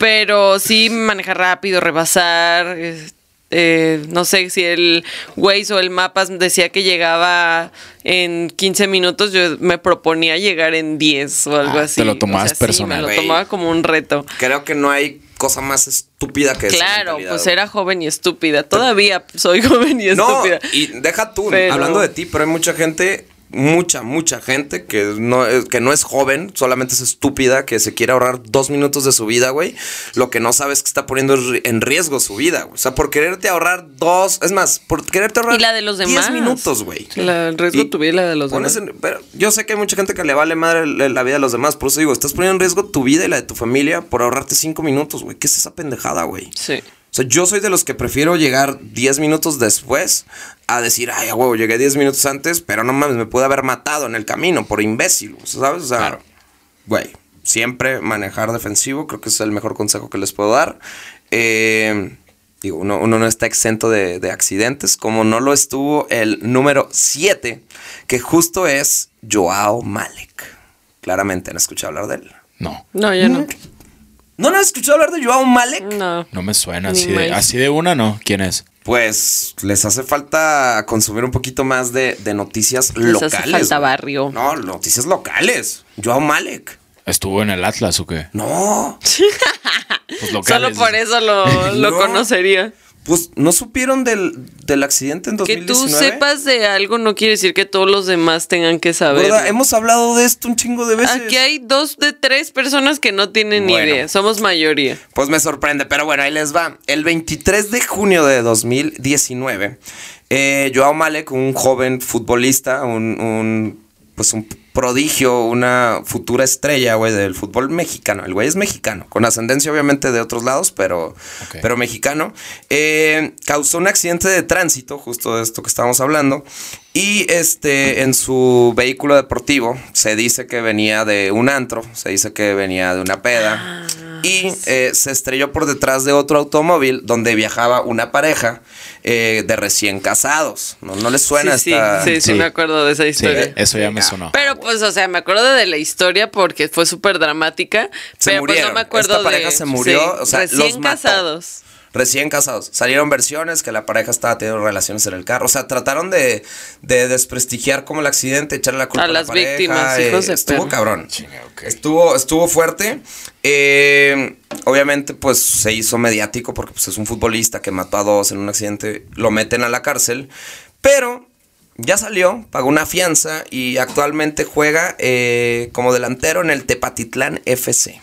Speaker 2: Pero sí manejar rápido, rebasar. es- eh, no sé si el Waze o el Mapas decía que llegaba en 15 minutos, yo me proponía llegar en 10 o algo
Speaker 3: Ah, te
Speaker 2: así. O
Speaker 3: lo
Speaker 2: sea,
Speaker 3: tomabas
Speaker 2: sí,
Speaker 3: personal.
Speaker 2: me
Speaker 1: Güey.
Speaker 2: lo tomaba como un reto.
Speaker 1: Creo que no hay cosa más estúpida que esa
Speaker 2: Claro,
Speaker 1: mentalidad,
Speaker 2: pues
Speaker 1: güey.
Speaker 2: era joven y estúpida. Todavía soy joven y estúpida.
Speaker 1: No, y deja tú,
Speaker 2: Pero-
Speaker 1: hablando de ti, pero hay mucha gente, mucha, mucha gente que no, es- que no es joven, solamente es estúpida, que se quiere ahorrar dos minutos de su vida, güey. Lo que no sabes que está poniendo ri- en riesgo su vida, güey. O sea, por quererte ahorrar dos, es más, por quererte ahorrar
Speaker 2: Y la de los
Speaker 1: 10
Speaker 2: demás.
Speaker 1: minutos, güey.
Speaker 2: La- el riesgo
Speaker 1: Y
Speaker 2: tu vida y la de los
Speaker 1: pones
Speaker 2: demás.
Speaker 1: en- pero yo sé que hay mucha gente que le vale madre la la vida de los demás, por eso digo, estás poniendo en riesgo tu vida y la de tu familia por ahorrarte cinco minutos, güey. ¿Qué es esa pendejada, güey?
Speaker 2: Sí.
Speaker 1: O sea, yo soy de los que prefiero llegar 10 minutos después a decir, ay, a huevo, llegué 10 minutos antes, pero no mames, me pude haber matado en el camino por imbécil, o sea, ¿sabes? O sea, güey, siempre manejar defensivo, creo que es el mejor consejo que les puedo dar. Eh, digo, uno, uno no está exento de, de accidentes, como no lo estuvo el número 7, que justo es Joao Malek. Claramente han escuchado hablar de él.
Speaker 3: No,
Speaker 2: No, ya no.
Speaker 1: ¿No, no han escuchado hablar de Joao Malek?
Speaker 2: No.
Speaker 3: no me suena
Speaker 2: Ni
Speaker 3: así de,
Speaker 2: más.
Speaker 3: así de una, no. ¿Quién es?
Speaker 1: Pues les hace falta consumir un poquito más de, de noticias
Speaker 2: Les hace
Speaker 1: locales.
Speaker 2: falta
Speaker 1: güey.
Speaker 2: barrio.
Speaker 1: No, noticias locales. Joao Malek.
Speaker 3: ¿Estuvo en el Atlas o qué?
Speaker 1: No.
Speaker 3: Pues locales.
Speaker 2: Solo por eso lo, lo
Speaker 1: No.
Speaker 2: conocería.
Speaker 1: Pues no supieron del, del accidente en
Speaker 2: Que
Speaker 1: 2019.
Speaker 2: tú sepas de algo no quiere decir que todos los demás tengan que saber.
Speaker 1: Gorda, hemos hablado de esto un chingo de veces.
Speaker 2: Aquí hay dos de tres personas que no tienen ni
Speaker 1: Bueno.
Speaker 2: idea. Somos mayoría.
Speaker 1: Pues me sorprende, pero bueno, ahí les va. El 23 de junio de 2019, eh, Joao Malek, un joven futbolista, un, un, pues un prodigio, una futura estrella, güey, del fútbol mexicano. El güey es mexicano, con ascendencia obviamente de otros lados, pero,
Speaker 3: Ok.
Speaker 1: pero mexicano. Eh, causó un accidente de tránsito, justo de esto que estábamos hablando, y este, en su vehículo deportivo se dice que venía de un antro, se dice que venía de una peda. Y eh, se estrelló por detrás de otro automóvil donde viajaba una pareja eh, de recién casados. No, no les suena
Speaker 2: sí,
Speaker 1: esta.
Speaker 2: sí, sí, sí,
Speaker 3: Sí.
Speaker 2: me acuerdo de esa
Speaker 3: Sí,
Speaker 2: historia.
Speaker 3: eso ya me sonó.
Speaker 2: Pero pues, o sea, me acuerdo de la historia porque fue súper dramática.
Speaker 1: Se
Speaker 2: pero pues
Speaker 1: murieron.
Speaker 2: no me acuerdo
Speaker 1: Esta pareja
Speaker 2: de-
Speaker 1: se murió, o sea,
Speaker 2: recién
Speaker 1: los mató.
Speaker 2: casados.
Speaker 1: Recién casados. Salieron versiones que la pareja estaba teniendo relaciones en el carro. O sea, trataron de, de desprestigiar como el accidente, echarle la culpa a,
Speaker 2: A
Speaker 1: la
Speaker 2: las
Speaker 1: pareja,
Speaker 2: víctimas,
Speaker 1: eh,
Speaker 2: hijos de
Speaker 1: Estuvo
Speaker 2: perra.
Speaker 1: cabrón.
Speaker 3: Chinga, ok.
Speaker 1: Estuvo, estuvo fuerte. Eh, obviamente, pues se hizo mediático porque pues, es un futbolista que mató a dos en un accidente. Lo meten a la cárcel. Pero ya salió, pagó una fianza y actualmente juega eh, como delantero en el Tepatitlán FC.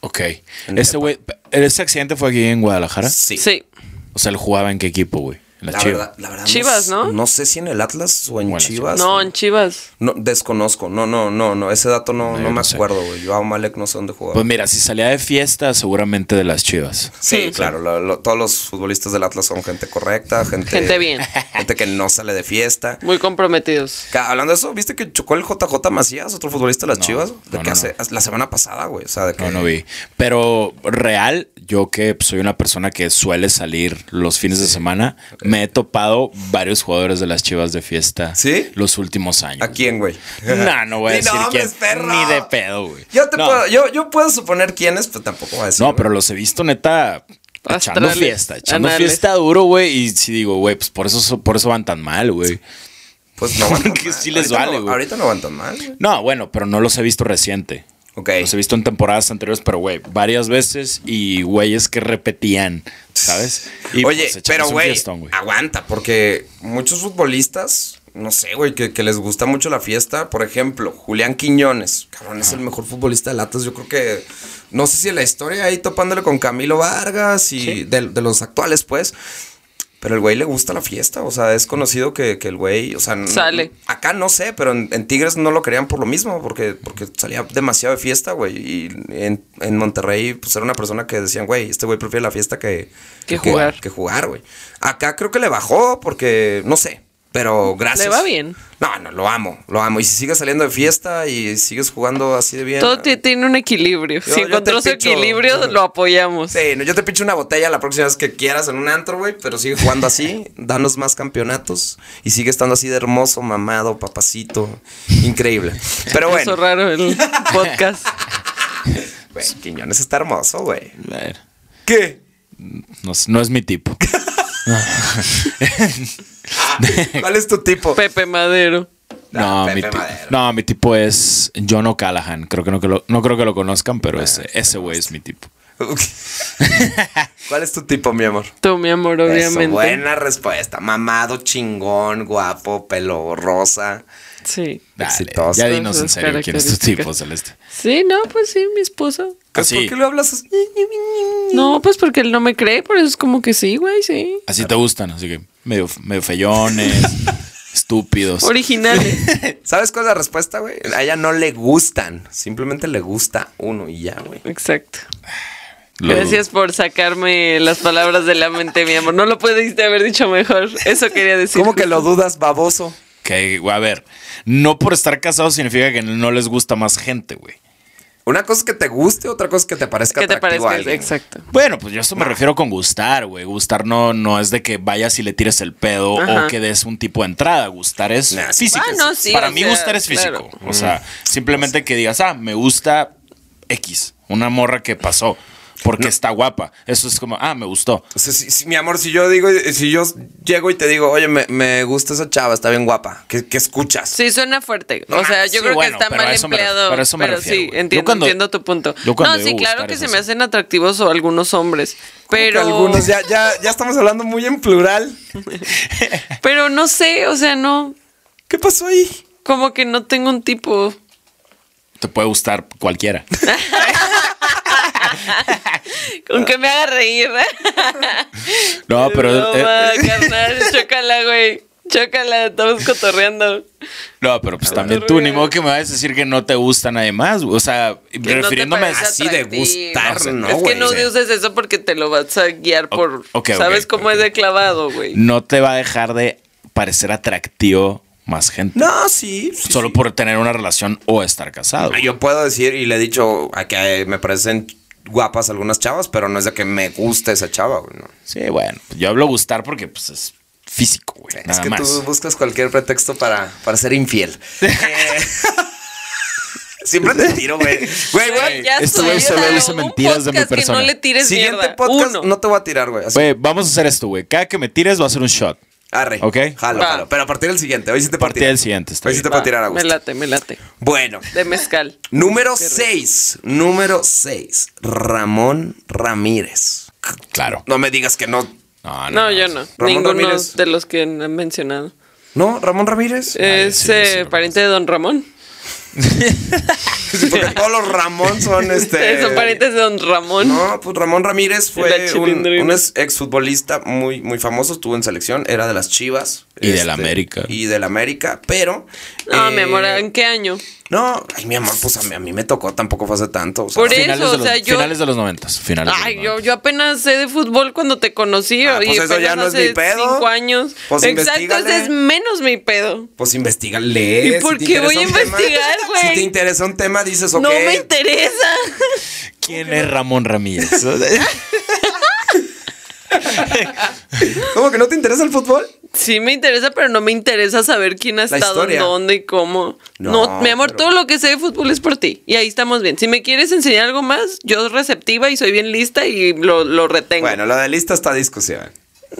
Speaker 3: Ok.
Speaker 1: En
Speaker 3: Ese güey, ese accidente fue aquí en Guadalajara.
Speaker 1: Sí.
Speaker 2: Sí.
Speaker 3: O sea, él jugaba en qué equipo, güey. En la,
Speaker 1: La
Speaker 3: Chivas.
Speaker 1: verdad, la verdad,
Speaker 2: Chivas,
Speaker 1: s-
Speaker 2: ¿no?
Speaker 1: No sé si en el Atlas o en
Speaker 3: Bueno,
Speaker 1: Chivas.
Speaker 2: No, en Chivas.
Speaker 1: No, desconozco. No, no, no, no. Ese dato no,
Speaker 3: No,
Speaker 1: no
Speaker 3: yo
Speaker 1: me
Speaker 3: no sé.
Speaker 1: acuerdo, güey. Yo a Malek no sé dónde jugaba.
Speaker 3: Pues mira, si salía de fiesta, seguramente de las Chivas.
Speaker 1: sí,
Speaker 2: sí.
Speaker 1: claro. lo- lo- todos los futbolistas del Atlas son gente correcta, gente.
Speaker 2: Gente bien.
Speaker 1: Gente que no sale de fiesta.
Speaker 2: Muy comprometidos.
Speaker 1: Ca- Hablando de eso, ¿viste que chocó el JJ Macías, otro futbolista de las
Speaker 3: No,
Speaker 1: Chivas? De
Speaker 3: no,
Speaker 1: que
Speaker 3: no,
Speaker 1: hace, la semana pasada, güey. O sea, de que.
Speaker 3: No, no vi. Pero real, yo que soy una persona que suele salir los fines de semana, me he topado varios jugadores de las Chivas de fiesta.
Speaker 1: ¿Sí?
Speaker 3: Los últimos años.
Speaker 1: ¿A quién, güey?
Speaker 3: No, no voy a
Speaker 1: Di
Speaker 3: decir quién.
Speaker 1: nombres, perro.
Speaker 3: Ni de pedo, güey.
Speaker 1: Yo, te
Speaker 3: No.
Speaker 1: puedo, yo, yo puedo suponer quién es, pero tampoco voy a decir.
Speaker 3: No, pero los he visto neta echando
Speaker 2: Astrales,
Speaker 3: fiesta, echando
Speaker 2: anales.
Speaker 3: fiesta duro, güey. Y si digo, güey, pues por eso, por eso van tan mal, güey.
Speaker 1: Pues no van tan
Speaker 3: Que
Speaker 1: mal.
Speaker 3: sí les
Speaker 1: Ahorita
Speaker 3: vale,
Speaker 1: no-
Speaker 3: güey.
Speaker 1: Ahorita no van tan mal, güey.
Speaker 3: No, bueno, pero no los he visto reciente.
Speaker 1: Ok.
Speaker 3: Los he visto en temporadas anteriores, pero güey, varias veces y güeyes que repetían, ¿sabes? Y,
Speaker 1: Oye,
Speaker 3: pues, echamos
Speaker 1: pero
Speaker 3: un
Speaker 1: güey,
Speaker 3: fiestón, güey.
Speaker 1: aguanta, porque muchos futbolistas, no sé, güey, que, que les gusta mucho la fiesta. Por ejemplo, Julián Quiñones, cabrón, es el mejor futbolista de latas. Yo creo que, no sé si en la historia ahí topándole con Camilo Vargas y de, de los actuales, pues. Pero el güey le gusta la fiesta, o sea, es conocido que, que el güey, o sea, n-
Speaker 2: Sale.
Speaker 1: Acá no sé, pero en, en Tigres no lo querían por lo mismo, porque, porque salía demasiado de fiesta, güey. Y en, en Monterrey, pues era una persona que decían, güey, este güey prefiere la fiesta que,
Speaker 2: Que jugar.
Speaker 1: Que jugar, güey. Acá creo que le bajó porque, no sé, pero gracias.
Speaker 2: Le va bien.
Speaker 1: No, no, lo amo, lo amo. Y si sigues saliendo de fiesta y sigues jugando así de bien.
Speaker 2: Todo ti- tiene un equilibrio.
Speaker 1: Yo-
Speaker 2: si
Speaker 1: yo te
Speaker 2: encontró su
Speaker 1: picho.
Speaker 2: equilibrio, lo apoyamos.
Speaker 1: Sí, no, yo te pincho una botella la próxima vez que quieras en un antro, güey, pero sigue jugando así, danos más campeonatos y sigue estando así de hermoso, mamado, papacito, increíble. Pero bueno,
Speaker 2: Eso raro el podcast.
Speaker 1: güey, Quiñones está hermoso, güey.
Speaker 3: A ver,
Speaker 1: ¿Qué?
Speaker 3: no, es- no es mi tipo.
Speaker 1: ¿Cuál es tu tipo?
Speaker 2: Pepe Madero.
Speaker 1: Ah,
Speaker 3: No, mi
Speaker 1: Pepe
Speaker 3: tipo,
Speaker 1: Madero.
Speaker 3: no, mi tipo es John O'Callaghan. Creo que no, que lo, no creo que lo conozcan, pero
Speaker 1: Ah,
Speaker 3: ese ese güey es mi tipo.
Speaker 1: ¿Cuál es tu tipo, mi amor?
Speaker 2: Tú, mi amor, obviamente.
Speaker 1: Eso, buena respuesta. Mamado, chingón, guapo, pelo rosa.
Speaker 2: Sí.
Speaker 3: Dale,
Speaker 1: Exitoso.
Speaker 3: ya dinos en serio quién es tu tipo,
Speaker 2: Características.
Speaker 3: Celeste.
Speaker 2: Sí, no, pues sí, mi esposo.
Speaker 3: Así.
Speaker 1: Pues, ¿Por qué lo hablas así?
Speaker 2: No, pues porque él no me cree, por eso es como que sí, güey, sí.
Speaker 3: Así te gustan, así que medio, medio fellones,
Speaker 1: Pues
Speaker 3: estúpidos.
Speaker 2: Originales.
Speaker 1: ¿Sabes cuál es la respuesta, güey? A ella no le gustan. Simplemente le gusta uno y ya, güey.
Speaker 2: Exacto.
Speaker 3: Lo-
Speaker 2: Gracias por sacarme las palabras de la mente, mi amor. No lo pudiste haber dicho mejor. Eso quería decir.
Speaker 1: ¿Cómo que lo dudas, baboso?
Speaker 3: Que, a ver, no por estar casados significa que no les gusta más gente, güey.
Speaker 1: Una cosa es que te guste, otra cosa es que te parezca
Speaker 2: ¿Qué te
Speaker 1: atractivo a
Speaker 2: parece?
Speaker 1: alguien.
Speaker 2: Exacto.
Speaker 3: Bueno, pues yo a esto me refiero con gustar, güey. Gustar no, no es de que vayas y le tires el pedo
Speaker 2: Ajá.
Speaker 3: o que des un tipo de entrada. Gustar es
Speaker 1: Nah, sí.
Speaker 3: físico.
Speaker 2: Ah, no, sí,
Speaker 3: Para
Speaker 2: o
Speaker 3: mí
Speaker 2: sea,
Speaker 3: gustar es físico.
Speaker 2: claro.
Speaker 3: O sea, simplemente que digas, ah, me gusta X, una morra que pasó porque está guapa. Eso es como, ah, me gustó.
Speaker 1: O sea, si, si- mi amor, si yo digo, si yo llego y te digo, oye, me, me gusta esa chava, está bien guapa, ¿qué, qué escuchas?
Speaker 2: Sí, suena fuerte.
Speaker 1: No
Speaker 2: o sea,
Speaker 1: mames,
Speaker 2: yo
Speaker 3: sí,
Speaker 2: creo
Speaker 3: bueno,
Speaker 2: que está
Speaker 3: pero a
Speaker 2: mal
Speaker 3: eso me ref-
Speaker 2: empleado.
Speaker 3: pero a eso me
Speaker 2: pero
Speaker 3: refiero,
Speaker 2: sí,
Speaker 3: güey. Yo
Speaker 2: entiendo,
Speaker 3: cuando-
Speaker 2: entiendo tu punto.
Speaker 3: yo
Speaker 2: no,
Speaker 3: cuando digo
Speaker 2: sí, claro
Speaker 3: gustar
Speaker 2: que
Speaker 3: es
Speaker 2: se me
Speaker 3: así.
Speaker 2: hacen atractivos o algunos hombres. Pero.
Speaker 1: Que algunos ya, ya, ya estamos hablando muy en plural.
Speaker 2: Pero no sé, o sea, no.
Speaker 1: ¿Qué pasó ahí?
Speaker 2: Como que no tengo un tipo.
Speaker 3: Te puede gustar cualquiera.
Speaker 2: Con que me haga reír.
Speaker 3: No, pero,
Speaker 2: No,
Speaker 3: eh,
Speaker 2: ma, carnal, chócala, güey. Chócala, estamos cotorreando.
Speaker 3: no, pero pues también
Speaker 2: no
Speaker 3: tú,
Speaker 2: rías.
Speaker 3: ni modo que me vayas a decir que no te gusta nadie más. güey. O sea,
Speaker 2: te
Speaker 3: refiriéndome
Speaker 2: parece
Speaker 3: a
Speaker 1: Así de
Speaker 2: atractivo.
Speaker 1: gustar, no,
Speaker 2: es
Speaker 1: güey.
Speaker 2: que no
Speaker 1: Sí.
Speaker 2: uses eso porque te lo vas a guiar por.
Speaker 3: ok, ok,
Speaker 2: ¿Sabes cómo
Speaker 3: ok.
Speaker 2: es de clavado, güey?
Speaker 3: no te va a dejar de parecer atractivo más gente.
Speaker 1: No, sí. sí,
Speaker 3: solo
Speaker 1: sí. Ah,
Speaker 3: por tener una relación o estar casado.
Speaker 1: Yo puedo decir, y le he dicho a que eh, me parecen guapas algunas chavas, pero no es de que me gusta esa chava, güey. no.
Speaker 3: Sí, bueno, yo hablo gustar porque pues es físico, güey.
Speaker 1: Es
Speaker 3: nada
Speaker 1: que
Speaker 3: más.
Speaker 1: tú buscas cualquier pretexto para, para ser infiel. Eh, Siempre te tiro, güey. Güey, güey.
Speaker 2: Ya
Speaker 3: este
Speaker 2: soy,
Speaker 3: güey
Speaker 2: o
Speaker 3: solo
Speaker 2: sea,
Speaker 3: dice
Speaker 2: un
Speaker 3: mentiras de mi
Speaker 2: podcast que
Speaker 3: persona.
Speaker 2: No le tires
Speaker 1: Siguiente
Speaker 2: mierda.
Speaker 1: podcast
Speaker 2: Uno.
Speaker 1: no te voy a tirar, güey. Así,
Speaker 3: Güey, vamos a hacer esto, güey. Cada que me tires va a ser un shot.
Speaker 1: Arre.
Speaker 3: Ok.
Speaker 1: Jalo,
Speaker 2: Va.
Speaker 1: jalo. Pero a partir del siguiente. Hoy sí te
Speaker 3: A partir
Speaker 1: partiré.
Speaker 3: del siguiente, está
Speaker 1: Hoy sí
Speaker 3: bien.
Speaker 1: te
Speaker 2: Va,
Speaker 1: puedo tirar a
Speaker 2: Me
Speaker 1: gusto.
Speaker 2: late, me late.
Speaker 1: Bueno.
Speaker 2: De mezcal.
Speaker 1: Número 6. Número 6. Ramón Ramírez.
Speaker 3: Claro.
Speaker 1: No me digas que Ah, no.
Speaker 3: No,
Speaker 2: No,
Speaker 3: no. no.
Speaker 2: yo no.
Speaker 1: Ramón
Speaker 2: Ninguno
Speaker 1: Ramírez.
Speaker 2: de los que han mencionado.
Speaker 1: ¿No? ¿Ramón Ramírez?
Speaker 2: Es
Speaker 3: sí,
Speaker 2: eh,
Speaker 3: sí, Ramón.
Speaker 2: pariente de Don Ramón.
Speaker 1: Sí, Porque todos los Ramón son este.
Speaker 2: Son parientes de Don Ramón.
Speaker 1: No, pues Ramón Ramírez fue
Speaker 2: La
Speaker 1: un,
Speaker 2: chilindrina.
Speaker 1: un ex- exfutbolista muy, muy famoso, estuvo en selección, era de las Chivas. este,
Speaker 3: Y del América.
Speaker 1: Y del América, pero...
Speaker 2: No,
Speaker 1: eh,
Speaker 2: Ah, mi amor, ¿en qué año?
Speaker 1: No, ay, mi amor, pues a mí, a mí me tocó, tampoco fue hace tanto. o sea,
Speaker 2: Por e-
Speaker 1: sí,
Speaker 3: Finales,
Speaker 2: Eso,
Speaker 3: de
Speaker 2: o
Speaker 3: los,
Speaker 2: sea, yo-
Speaker 3: finales de los noventas. Finales
Speaker 2: Ay,
Speaker 3: de
Speaker 2: yo,
Speaker 3: los
Speaker 2: yo apenas sé de fútbol cuando te conocí.
Speaker 1: Ah,
Speaker 2: y
Speaker 1: pues eso
Speaker 2: apenas
Speaker 1: ya no es
Speaker 2: hace
Speaker 1: mi pedo.
Speaker 2: Cinco años.
Speaker 1: Pues
Speaker 2: Exacto,
Speaker 1: investígale.
Speaker 2: ese es menos mi pedo.
Speaker 1: Pues investiga, lee.
Speaker 2: ¿Y por
Speaker 1: te
Speaker 2: qué voy
Speaker 1: interesa
Speaker 2: a
Speaker 1: un tema-
Speaker 2: investigar, güey?
Speaker 1: Si te interesa un tema, dices, ok.
Speaker 2: No me interesa.
Speaker 3: ¿Quién es Ramón Ramírez?
Speaker 1: ¿Cómo que no te interesa el fútbol?
Speaker 2: Sí me interesa, pero no me interesa saber quién ha
Speaker 1: La
Speaker 2: estado, en
Speaker 1: historia.
Speaker 2: dónde y cómo.
Speaker 1: No,
Speaker 2: No, mi amor,
Speaker 1: pero-
Speaker 2: todo lo que sé de fútbol es por ti. Y ahí estamos bien. Si me quieres enseñar algo más, yo receptiva y soy bien lista y lo, lo retengo.
Speaker 1: Bueno, lo de lista está discusión.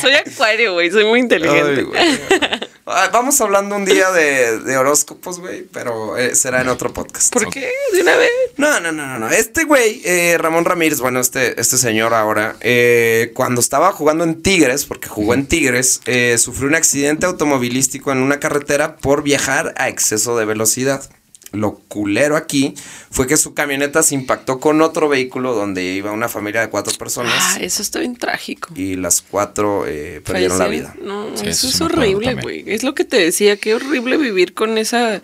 Speaker 2: soy acuario, güey. Soy muy inteligente.
Speaker 1: Ay, güey. Ah, Vamos hablando un día de, de horóscopos, güey, pero eh, será en otro podcast.
Speaker 2: ¿Por qué? De una vez.
Speaker 1: No, no, no, no, no. Este güey, eh, Ramón Ramírez, bueno, este, este señor ahora, eh, cuando estaba jugando en Tigres, porque jugó en Tigres, eh, sufrió un accidente automovilístico en una carretera por viajar a exceso de velocidad. Lo culero aquí fue que su camioneta se impactó con otro vehículo donde iba una familia de cuatro personas
Speaker 2: Ah, eso está bien trágico.
Speaker 1: y las cuatro eh, perdieron la vida.
Speaker 2: Fallecer. No,
Speaker 3: Sí,
Speaker 2: eso
Speaker 3: eso
Speaker 2: es
Speaker 3: sí me acuerdo
Speaker 2: horrible,
Speaker 3: también.
Speaker 2: güey. Es lo que te decía, qué horrible vivir con esa...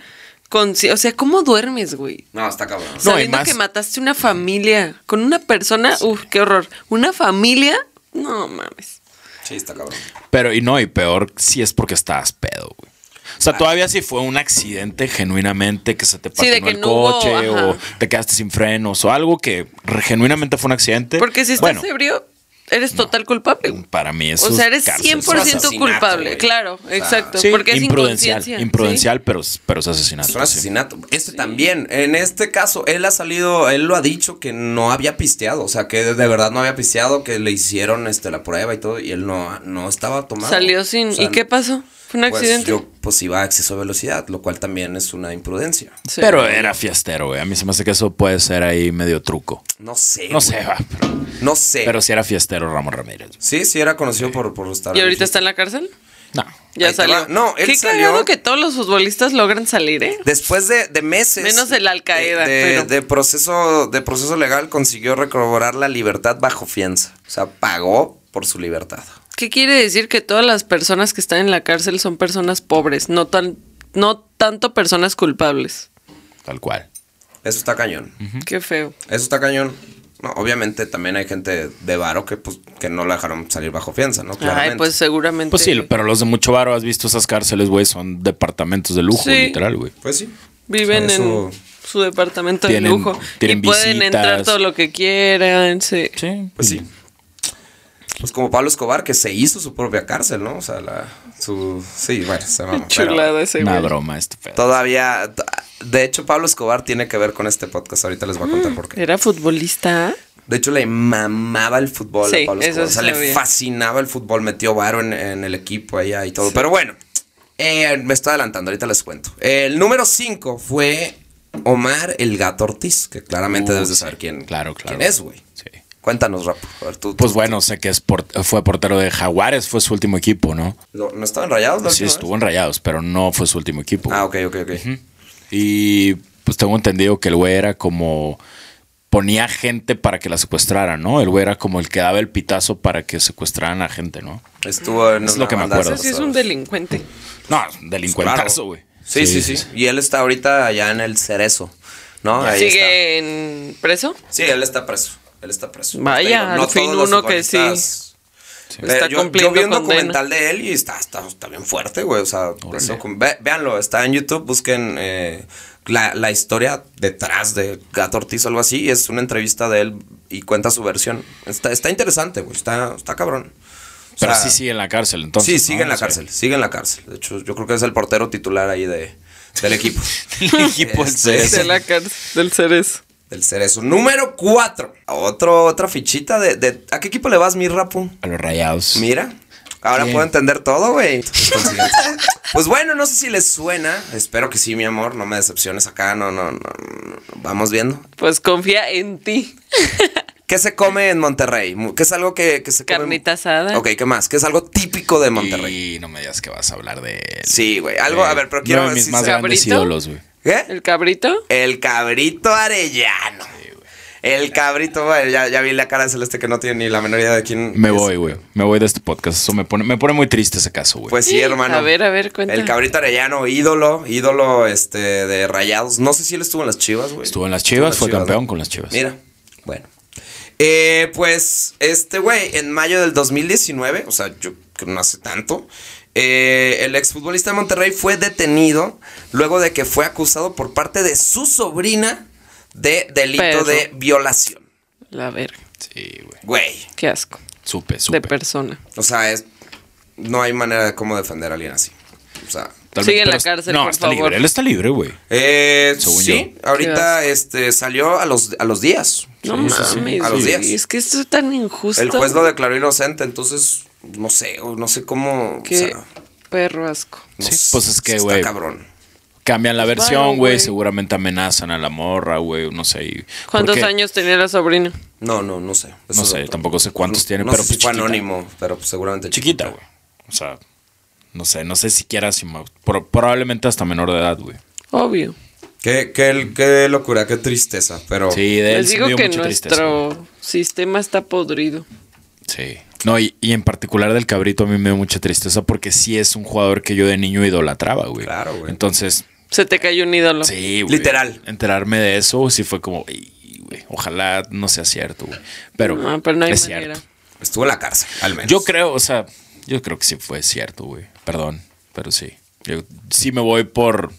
Speaker 2: consci- O sea, ¿cómo duermes, güey?
Speaker 1: No, está cabrón.
Speaker 3: No, y
Speaker 2: Sabiendo
Speaker 3: más-
Speaker 2: que mataste una familia con una persona, uf, qué horror. Una familia, no mames.
Speaker 1: Sí, está cabrón.
Speaker 3: Pero, y no, y peor si es porque estabas pedo, güey. O sea, todavía si fue un accidente genuinamente que se te patinó
Speaker 2: Ah. de que
Speaker 3: el
Speaker 2: no hubo,
Speaker 3: coche
Speaker 2: ajá.
Speaker 3: o te quedaste sin frenos o algo que re- genuinamente fue un accidente.
Speaker 2: Porque si estás
Speaker 3: bueno,
Speaker 2: ebrio, eres total culpable. güey.
Speaker 3: para mí eso
Speaker 2: O sea, eres
Speaker 3: es cárcel.
Speaker 2: 100%
Speaker 1: asesinato,
Speaker 2: culpable,
Speaker 1: güey.
Speaker 2: claro,
Speaker 1: O sea,
Speaker 2: exacto.
Speaker 3: Sí,
Speaker 2: porque es
Speaker 3: imprudencial,
Speaker 2: inconsciencia,
Speaker 3: imprudencial, pero, pero es asesinato.
Speaker 1: Es un
Speaker 3: sí.
Speaker 1: asesinato. Este también, en este caso, él ha salido, él lo ha dicho que no había pisteado, o sea, que de verdad no había pisteado, que le hicieron este, la prueba y todo, y él no, no estaba
Speaker 2: sí.
Speaker 1: tomado.
Speaker 2: Salió sin...
Speaker 1: O sea,
Speaker 2: ¿Y qué pasó? ¿Fue un
Speaker 1: Pues
Speaker 2: accidente?
Speaker 1: yo, pues iba a exceso de velocidad, lo cual también es una imprudencia.
Speaker 2: Sí.
Speaker 3: Pero era fiestero, güey. A mí se me hace que eso puede ser ahí medio truco.
Speaker 1: No sé.
Speaker 3: No sé,
Speaker 1: güey.
Speaker 3: va, pero,
Speaker 1: No sé.
Speaker 3: pero si era fiestero Ramón Ramírez.
Speaker 1: sí, sí, era conocido por, por estar.
Speaker 2: ¿Y ahorita está en la cárcel?
Speaker 3: No.
Speaker 2: Ya
Speaker 1: Ahí te
Speaker 2: salió.
Speaker 1: va. No, él
Speaker 2: Qué
Speaker 1: salió-
Speaker 2: cagado que todos los futbolistas logran salir, ¿eh?
Speaker 1: Después de, de meses.
Speaker 2: Menos el Al Qaeda,
Speaker 1: De, de-
Speaker 2: pero-
Speaker 1: de proceso, de proceso legal consiguió recobrar la libertad bajo fianza. O sea, pagó por su libertad.
Speaker 2: ¿Qué quiere decir que todas las personas que están en la cárcel son personas pobres, no tan no tanto personas culpables?
Speaker 3: Tal cual.
Speaker 1: Eso está cañón.
Speaker 2: Qué feo.
Speaker 1: Eso está cañón. No, obviamente también hay gente de varo que pues que no la dejaron salir bajo fianza, ¿no? Claramente.
Speaker 2: Ay, pues seguramente.
Speaker 3: Pues sí, pero los de mucho varo, has visto esas cárceles, güey, son departamentos de lujo,
Speaker 2: Sí.
Speaker 3: literal, güey.
Speaker 1: Pues sí.
Speaker 2: viven
Speaker 1: Eso-
Speaker 2: en su departamento
Speaker 3: Tienen-
Speaker 2: de lujo
Speaker 3: tienen
Speaker 2: y pueden
Speaker 3: visitas.
Speaker 2: entrar todo lo que quieran. Sí.
Speaker 3: Sí.
Speaker 1: Pues sí. Pues como Pablo Escobar que se hizo su propia cárcel, ¿no? O sea, la su sí, bueno, se mamó, pero
Speaker 2: Chulada ese
Speaker 3: Una
Speaker 2: güey.
Speaker 3: broma, este pedo.
Speaker 1: Todavía t- de hecho Pablo Escobar tiene que ver con este podcast, ahorita les voy a
Speaker 2: Mm,
Speaker 1: contar por qué.
Speaker 2: Era futbolista.
Speaker 1: De hecho le mamaba el fútbol
Speaker 2: Sí,
Speaker 1: a Pablo
Speaker 2: eso
Speaker 1: Escobar, o sea,
Speaker 2: sí
Speaker 1: le
Speaker 2: sabía.
Speaker 1: fascinaba el fútbol, metió varo en, en el equipo allá y todo, pero bueno. eh, me estoy adelantando, ahorita les cuento. El número 5 fue Omar el Gato Ortiz, que claramente
Speaker 3: Uh,
Speaker 1: debes de
Speaker 3: sí.
Speaker 1: saber quién,
Speaker 3: Claro, claro.
Speaker 1: quién es, güey.
Speaker 3: Sí.
Speaker 1: Cuéntanos, Rap. A ver, tú,
Speaker 3: Pues
Speaker 1: tú-
Speaker 3: bueno, sé que es por- fue portero de Jaguares, fue su último equipo, ¿no?
Speaker 1: ¿No, no estaban rayados? la
Speaker 3: Sí,
Speaker 1: última
Speaker 3: estuvo en Rayados, pero no fue su último equipo.
Speaker 1: vez? Ah, ok, ok, ok.
Speaker 3: Y pues tengo entendido que el güey era como. Ponía gente para que la secuestraran, ¿no? El güey era como el que daba el pitazo para que secuestraran a gente, ¿no?
Speaker 1: Estuvo en.
Speaker 3: Es
Speaker 1: una
Speaker 3: lo que me
Speaker 1: banda
Speaker 3: acuerdo.
Speaker 1: de
Speaker 2: Ese sí es un
Speaker 1: pasadores.
Speaker 2: delincuente.
Speaker 3: No,
Speaker 1: Claro.
Speaker 3: delincuentazo, güey.
Speaker 1: Sí sí, sí, Y él está ahorita allá en el cerezo, ¿no? Ahí está.
Speaker 2: Sigue en preso.
Speaker 1: Sí, él está preso. Él está preso.
Speaker 2: Vaya,
Speaker 1: Te digo,
Speaker 2: al fin
Speaker 1: todos los
Speaker 2: uno que sí
Speaker 1: futbolistas- Pero
Speaker 2: está
Speaker 1: yo, yo vi
Speaker 2: cumpliendo
Speaker 1: un documental
Speaker 2: condena.
Speaker 1: de él y está, está, está bien fuerte, güey. O sea, ese docu- ve- véanlo, está en YouTube, busquen eh, la, la historia detrás de Gato Ortiz o algo así. y es una entrevista de él y cuenta su versión. Está, está interesante, güey. Está, está cabrón. O
Speaker 3: Pero
Speaker 1: sea,
Speaker 3: sí sigue en la cárcel, entonces.
Speaker 1: sí, sigue
Speaker 3: ¿no?
Speaker 1: en la
Speaker 3: Sí.
Speaker 1: cárcel, sigue en la cárcel. De hecho, yo creo que es el portero titular ahí de, del equipo.
Speaker 3: El equipo del
Speaker 1: Este,
Speaker 3: CS.
Speaker 2: De la cárcel, del Cerezo.
Speaker 1: del cerezo. Número 4. Otro, otra fichita de, de- ¿A qué equipo le vas, mi rapu?
Speaker 3: A los rayados.
Speaker 1: Mira. Ahora
Speaker 3: Bien.
Speaker 1: puedo entender todo, güey. Pues bueno, no sé si les suena. Espero que sí, mi amor. No me decepciones acá. No, no, no. no. Vamos viendo.
Speaker 2: Pues confía en ti.
Speaker 1: ¿Qué se come en Monterrey? Mu- ¿Qué es algo que, que se come?
Speaker 2: Carnita asada.
Speaker 1: Ok, ¿qué más? ¿Qué es algo típico de Monterrey?
Speaker 3: Y no me digas que vas a hablar de él.
Speaker 1: Sí, güey. Algo, a ver, pero
Speaker 3: Uno
Speaker 1: quiero
Speaker 3: de
Speaker 1: ver
Speaker 3: mis
Speaker 1: si
Speaker 3: más
Speaker 1: se-
Speaker 3: grandes
Speaker 2: ¿Cabrito?
Speaker 3: ídolos, güey.
Speaker 1: ¿Qué?
Speaker 2: El cabrito.
Speaker 1: El cabrito arellano. El cabrito, bueno, ya, ya vi la cara de Celeste que no tiene ni la menor idea de quién.
Speaker 3: Me
Speaker 1: es.
Speaker 3: voy, güey. Me voy de este podcast. Eso me pone, me pone muy triste ese caso, güey.
Speaker 1: Pues sí, hermano.
Speaker 2: A ver, a ver, cuenta.
Speaker 1: El cabrito arellano, ídolo, ídolo este de rayados. No sé si él estuvo en las chivas, güey.
Speaker 3: Estuvo en las Chivas, fue campeón
Speaker 1: ¿no?
Speaker 3: con las Chivas.
Speaker 1: Mira, bueno. Eh, pues este güey, en mayo del 2019, o sea, yo que no hace tanto, eh, el exfutbolista de Monterrey fue detenido luego de que fue acusado por parte de su sobrina de delito
Speaker 2: Perro.
Speaker 1: de violación.
Speaker 2: La verga.
Speaker 3: Sí, güey.
Speaker 1: Güey.
Speaker 2: Qué asco.
Speaker 3: Supe,
Speaker 2: de
Speaker 3: supe.
Speaker 2: persona.
Speaker 1: O sea, es, no hay manera de cómo defender a alguien así. O sea,
Speaker 3: Tal
Speaker 2: Sigue
Speaker 3: vez-
Speaker 2: en la
Speaker 3: pero es-
Speaker 2: cárcel,
Speaker 3: No,
Speaker 2: por
Speaker 3: está
Speaker 2: favor.
Speaker 3: libre. Él está libre, güey.
Speaker 1: eh,
Speaker 3: Según
Speaker 1: sí, ahorita este, salió a los, a los días.
Speaker 2: No
Speaker 1: Sí, sí,
Speaker 2: mames,
Speaker 1: sí. A los
Speaker 2: güey,
Speaker 1: días.
Speaker 2: es que esto es tan injusto.
Speaker 1: El juez lo declaró inocente, entonces no sé, o no sé cómo. o
Speaker 2: Qué
Speaker 1: sea,
Speaker 2: perro asco.
Speaker 1: no
Speaker 3: Sí,
Speaker 1: sé,
Speaker 3: pues es que,
Speaker 1: está
Speaker 3: güey.
Speaker 1: cabrón.
Speaker 3: Cambian la
Speaker 2: Pues
Speaker 3: versión,
Speaker 2: bueno,
Speaker 3: güey.
Speaker 2: güey.
Speaker 3: Seguramente amenazan a la morra, güey. No sé. y-
Speaker 2: ¿Cuántos
Speaker 3: porque-
Speaker 2: años tenía la sobrina?
Speaker 1: No, no, no sé. Eso
Speaker 3: No
Speaker 1: es
Speaker 3: sé,
Speaker 1: otro.
Speaker 3: tampoco sé cuántos tiene,
Speaker 1: no
Speaker 3: pero
Speaker 1: sé si
Speaker 3: pues,
Speaker 1: fue
Speaker 3: chiquita.
Speaker 1: anónimo, pero pues, seguramente
Speaker 3: Chiquita, güey. O sea, no sé. No sé siquiera si. ma- pro- probablemente hasta menor de edad, güey.
Speaker 2: Obvio.
Speaker 1: Qué, qué, qué locura, qué tristeza, pero.
Speaker 3: Sí, de él
Speaker 2: Les
Speaker 3: sí
Speaker 2: digo
Speaker 3: me dio
Speaker 2: que
Speaker 3: mucha
Speaker 2: nuestro
Speaker 3: tristeza, güey.
Speaker 2: sistema está podrido.
Speaker 3: Sí. No, y, y en particular del cabrito a mí me dio mucha tristeza porque sí es un jugador que yo de niño idolatraba, güey.
Speaker 1: Claro, güey.
Speaker 3: Entonces,
Speaker 2: Se te cayó un ídolo.
Speaker 3: sí, güey.
Speaker 1: Literal.
Speaker 3: Enterarme de eso sí fue como, "Ey, güey, ojalá no sea cierto, güey. Pero,
Speaker 2: No, Ah, pero no hay
Speaker 3: es
Speaker 2: manera.
Speaker 3: cierto.
Speaker 1: Estuvo en la cárcel, al menos.
Speaker 3: Yo creo, o sea, yo creo que sí fue cierto, güey. Perdón, pero sí. Yo sí me voy por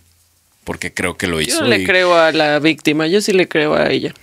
Speaker 3: porque creo que lo hizo.
Speaker 2: Yo no le
Speaker 3: y-
Speaker 2: creo a la víctima, yo sí le creo a ella.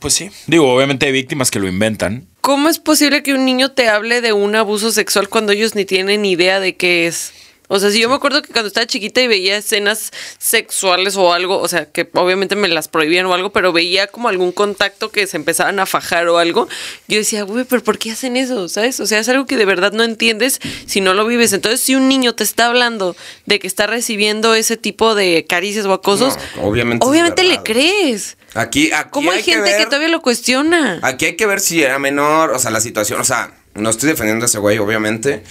Speaker 3: Pues sí. Digo, obviamente hay víctimas que lo inventan.
Speaker 2: ¿Cómo es posible que un niño te hable de un abuso sexual cuando ellos ni tienen idea de qué es? O sea, si yo me acuerdo que cuando estaba chiquita y veía escenas sexuales o algo, o sea, que obviamente me las prohibían o algo, pero veía como algún contacto que se empezaban a fajar o algo, yo decía, güey, pero ¿por qué hacen eso? ¿Sabes? O sea, es algo que de verdad no entiendes si no lo vives. Entonces, si un niño te está hablando de que está recibiendo ese tipo de caricias o acosos,
Speaker 1: No, obviamente es
Speaker 2: obviamente le
Speaker 1: verdad.
Speaker 2: crees.
Speaker 1: Aquí, aquí
Speaker 2: ¿Cómo hay,
Speaker 1: hay
Speaker 2: gente que,
Speaker 1: ver-
Speaker 2: todavía lo cuestiona?
Speaker 1: Aquí hay que ver si era menor, o sea, la situación, o sea, no estoy defendiendo a ese güey, obviamente,